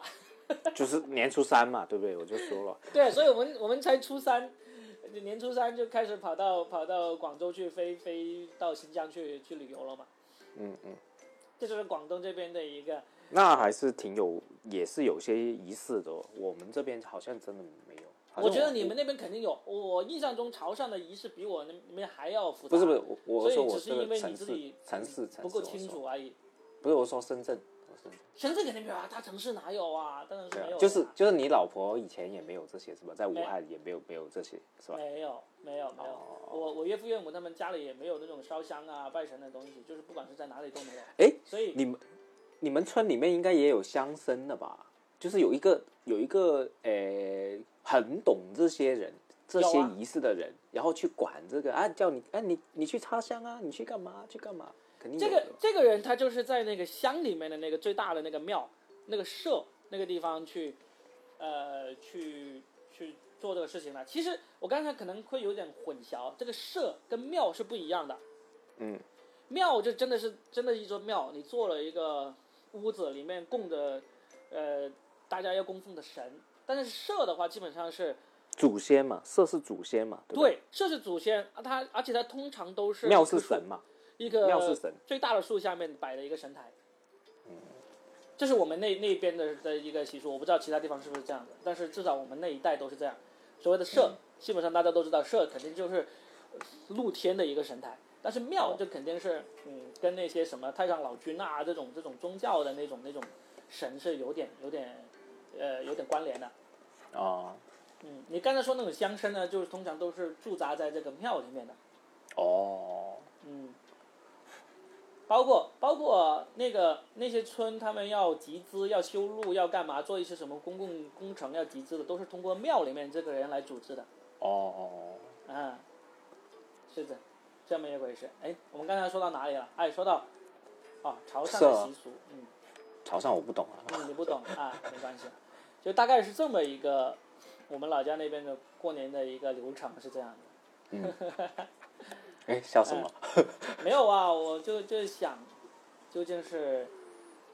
[SPEAKER 2] 嗯就是年初三嘛，对不对？我就说了，
[SPEAKER 1] 对，所以我们我们才初三，年初三就开始跑到跑到广州去飞飞到新疆去去旅游了嘛。
[SPEAKER 2] 嗯嗯，
[SPEAKER 1] 这就是广东这边的一个，
[SPEAKER 2] 那还是挺有，也是有些仪式的哦。我们这边好像真的没有。好像
[SPEAKER 1] 我觉得你们那边肯定有。我印象中潮汕的仪式比我那边还要复杂。
[SPEAKER 2] 不是不是，，我我
[SPEAKER 1] 所以
[SPEAKER 2] 说我
[SPEAKER 1] 只是
[SPEAKER 2] 这
[SPEAKER 1] 因为
[SPEAKER 2] 个
[SPEAKER 1] 你
[SPEAKER 2] 城
[SPEAKER 1] 自
[SPEAKER 2] 市
[SPEAKER 1] 己
[SPEAKER 2] 城市城
[SPEAKER 1] 不
[SPEAKER 2] 市
[SPEAKER 1] 够
[SPEAKER 2] 我
[SPEAKER 1] 清
[SPEAKER 2] 说
[SPEAKER 1] 楚而已。
[SPEAKER 2] 不是我说深圳，我
[SPEAKER 1] 深
[SPEAKER 2] 深圳
[SPEAKER 1] 圳肯定没有啊，大城市哪有啊？当然是
[SPEAKER 2] 对
[SPEAKER 1] 没有、
[SPEAKER 2] 啊，
[SPEAKER 1] 啊。
[SPEAKER 2] 就是就是你老婆以前也没有这些是吧？在武
[SPEAKER 1] 没
[SPEAKER 2] 汉也没有没有这些是吧？
[SPEAKER 1] 没有没有没有，
[SPEAKER 2] 哦
[SPEAKER 1] 我我岳父岳母他们家里也没有那种烧香啊、拜神的东西，就是不管是在哪里都没有。
[SPEAKER 2] 哎，
[SPEAKER 1] 所以
[SPEAKER 2] 你们你们村里面应该也有乡绅的吧？就是有一个有一个呃，很懂这些人这些
[SPEAKER 1] 有啊
[SPEAKER 2] 仪式的人，然后去管这个啊，叫你哎、你你去插香啊，你去干嘛去干嘛？肯定
[SPEAKER 1] 这
[SPEAKER 2] 有
[SPEAKER 1] 个
[SPEAKER 2] 的
[SPEAKER 1] 这个人他就是在那个乡里面的那个最大的那个庙、那个社那个地方去，呃，去去做这个事情的。其实我刚才可能会有点混淆，这个社跟庙是不一样的。
[SPEAKER 2] 嗯，
[SPEAKER 1] 庙就真的是真的是一座庙，你做了一个屋子，里面供着，呃，大家要供奉的神。但是社的话，基本上是
[SPEAKER 2] 祖先嘛，社是祖先嘛，对不对
[SPEAKER 1] 对，社是祖先，啊它而且它通常都是
[SPEAKER 2] 庙
[SPEAKER 1] 一棵
[SPEAKER 2] 是
[SPEAKER 1] 树
[SPEAKER 2] 神嘛，
[SPEAKER 1] 一个呃
[SPEAKER 2] 庙是神
[SPEAKER 1] 最大的树下面摆了一个神台。这是我们那那边的的一个习俗，我不知道其他地方是不是这样的，但是至少我们那一带都是这样。所谓的社，基本上大家都知道，社肯定就是呃露天的一个神台，但是庙就肯定是，嗯，跟那些什么太上老君啊这种这种宗教的那种那种神是有点有点呃有点关联的。
[SPEAKER 2] 哦
[SPEAKER 1] 嗯，你刚才说那种乡绅呢，就是通常都是驻扎在这个庙里面的。
[SPEAKER 2] 哦，
[SPEAKER 1] 嗯，包括包括那个那些村，他们要集资、要修路、要干嘛，做一些什么公共工程要集资的，都是通过庙里面这个人来组织的。
[SPEAKER 2] 哦哦，
[SPEAKER 1] 嗯，是的，这么一回事。哎，我们刚才说到哪里了？哎，说到哦，潮汕
[SPEAKER 2] 是
[SPEAKER 1] 的
[SPEAKER 2] 啊
[SPEAKER 1] 习俗，嗯
[SPEAKER 2] 潮汕我不懂啊，
[SPEAKER 1] 嗯，你不懂啊，没关系，就大概是这么一个我们老家那边的过年的一个流程是这样的。
[SPEAKER 2] 哎，笑什么？
[SPEAKER 1] 没有啊，我就就想，究竟是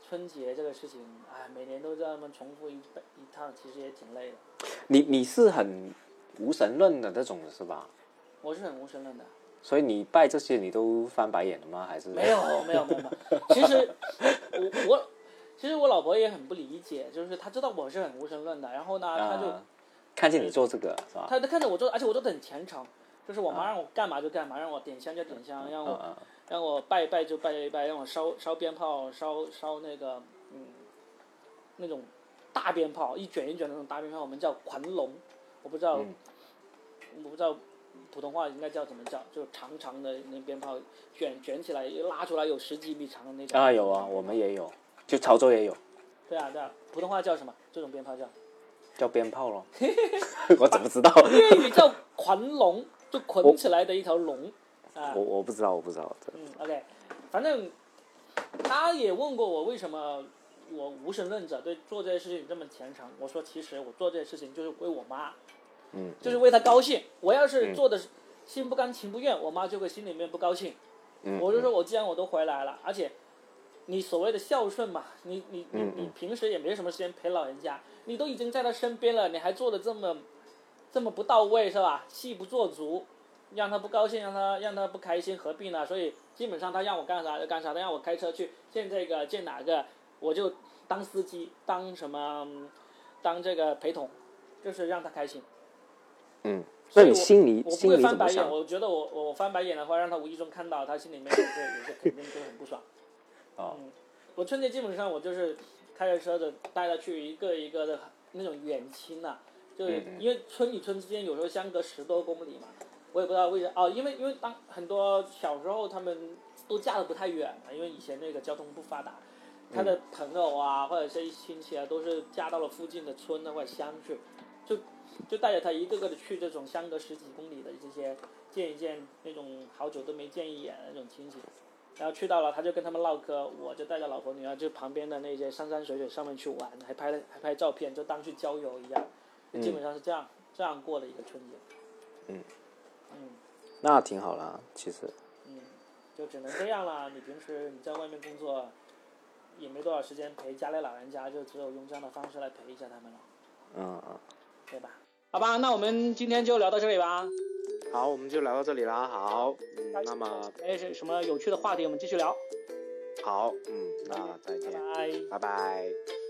[SPEAKER 1] 春节这个事情，哎，每年都这么重复一倍一趟，其实也挺累的。
[SPEAKER 2] 你你是很无神论的那种是吧？
[SPEAKER 1] 我是很无神论的，
[SPEAKER 2] 所以你拜这些你都翻白眼了吗？还是
[SPEAKER 1] 没有没有没有没有。其实我我其实我老婆也很不理解，就是她知道我是很无神论的，然后呢，她就
[SPEAKER 2] 啊看见你做这个是吧？
[SPEAKER 1] 她她看着我做，而且我做的很虔诚，就是我妈让我干嘛就干嘛，让我点香就点香，让
[SPEAKER 2] 嗯
[SPEAKER 1] 我
[SPEAKER 2] 嗯
[SPEAKER 1] 让我拜一拜就拜一拜，让我烧烧鞭炮，烧烧那个嗯，那种大鞭炮，一卷一卷的那种大鞭炮，我们叫环龙，我不知道，
[SPEAKER 2] 嗯
[SPEAKER 1] 我不知道普通话应该叫怎么叫？就是长长的那鞭炮卷卷起来，拉出来有十几米长的那种。
[SPEAKER 2] 啊，有啊，我们也有，就潮州也有，
[SPEAKER 1] 对啊对啊，普通话叫什么？这种鞭炮叫
[SPEAKER 2] 叫鞭 炮咯。我怎么知道？
[SPEAKER 1] 粤语叫捆龙，就捆起来的一条龙。 啊
[SPEAKER 2] 我，我不知道，我不知道。
[SPEAKER 1] 嗯，OK，反正他也问过我为什么我无神论者对做这些事情这么虔诚。我说其实我做这些事情就是为我妈，
[SPEAKER 2] 嗯，
[SPEAKER 1] 就是为她高兴。我要是做的是心不甘情不愿，我妈就会心里面不高兴。
[SPEAKER 2] 嗯，
[SPEAKER 1] 我就说我既然我都回来了，而且你所谓的孝顺嘛，你你你
[SPEAKER 2] 嗯嗯
[SPEAKER 1] 你平时也没什么时间陪老人家，你都已经在他身边了，你还做的这么这么不到位是吧？戏不做足，让他不高兴，让他让他不开心，何必呢？所以基本上他让我干啥就干啥，他让我开车去见这个见哪个，我就当司机，当什么，嗯当这个陪同，就是让他开心。
[SPEAKER 2] 嗯，
[SPEAKER 1] 所
[SPEAKER 2] 那
[SPEAKER 1] 以
[SPEAKER 2] 你
[SPEAKER 1] 我
[SPEAKER 2] 心里
[SPEAKER 1] 我不
[SPEAKER 2] 心
[SPEAKER 1] 会
[SPEAKER 2] 里
[SPEAKER 1] 翻
[SPEAKER 2] 怎
[SPEAKER 1] 白
[SPEAKER 2] 么
[SPEAKER 1] 眼，
[SPEAKER 2] 想？
[SPEAKER 1] 我觉得我我我翻白眼的话，让他无意中看到，他心里面有些有些肯定就很不爽。
[SPEAKER 2] 哦
[SPEAKER 1] 嗯，我春节基本上我就是开着车的带他去一个一个的那种远亲呐、就是
[SPEAKER 2] 嗯嗯
[SPEAKER 1] 因为村与村之间有时候相隔十多公里嘛，我也不知道为啥哦，因为因为当很多小时候他们都嫁的不太远嘛，因为以前那个交通不发达。他
[SPEAKER 2] 嗯
[SPEAKER 1] 的朋友啊，或者是一些亲戚啊，都是嫁到了附近的村啊或者乡去，就就带着他一个个的去这种相隔十几公里的这些见一见那种好久都没见一眼的那种亲戚，然后去到了他就跟他们唠嗑，我就带着老婆女儿就旁边的那些山山水水上面去玩，还拍了还拍照
[SPEAKER 2] 嗯
[SPEAKER 1] 片，就当去郊游一样，就基本上是这样、这样过的一个春节，
[SPEAKER 2] 那挺好啦，其实。
[SPEAKER 1] 嗯就只能这样啦。你平时你在外面工作。也没多少时间陪家里老人家，就只有用这样的方式来陪一下他们了。
[SPEAKER 2] 嗯嗯，
[SPEAKER 1] 对吧？好吧，那我们今天就聊到这里吧。
[SPEAKER 2] 好，我们就聊到这里啦。好，嗯，那么
[SPEAKER 1] 哎，是什么有趣的话题，我们继续聊。
[SPEAKER 2] 好，嗯，那再见，
[SPEAKER 1] 拜拜。
[SPEAKER 2] 拜拜。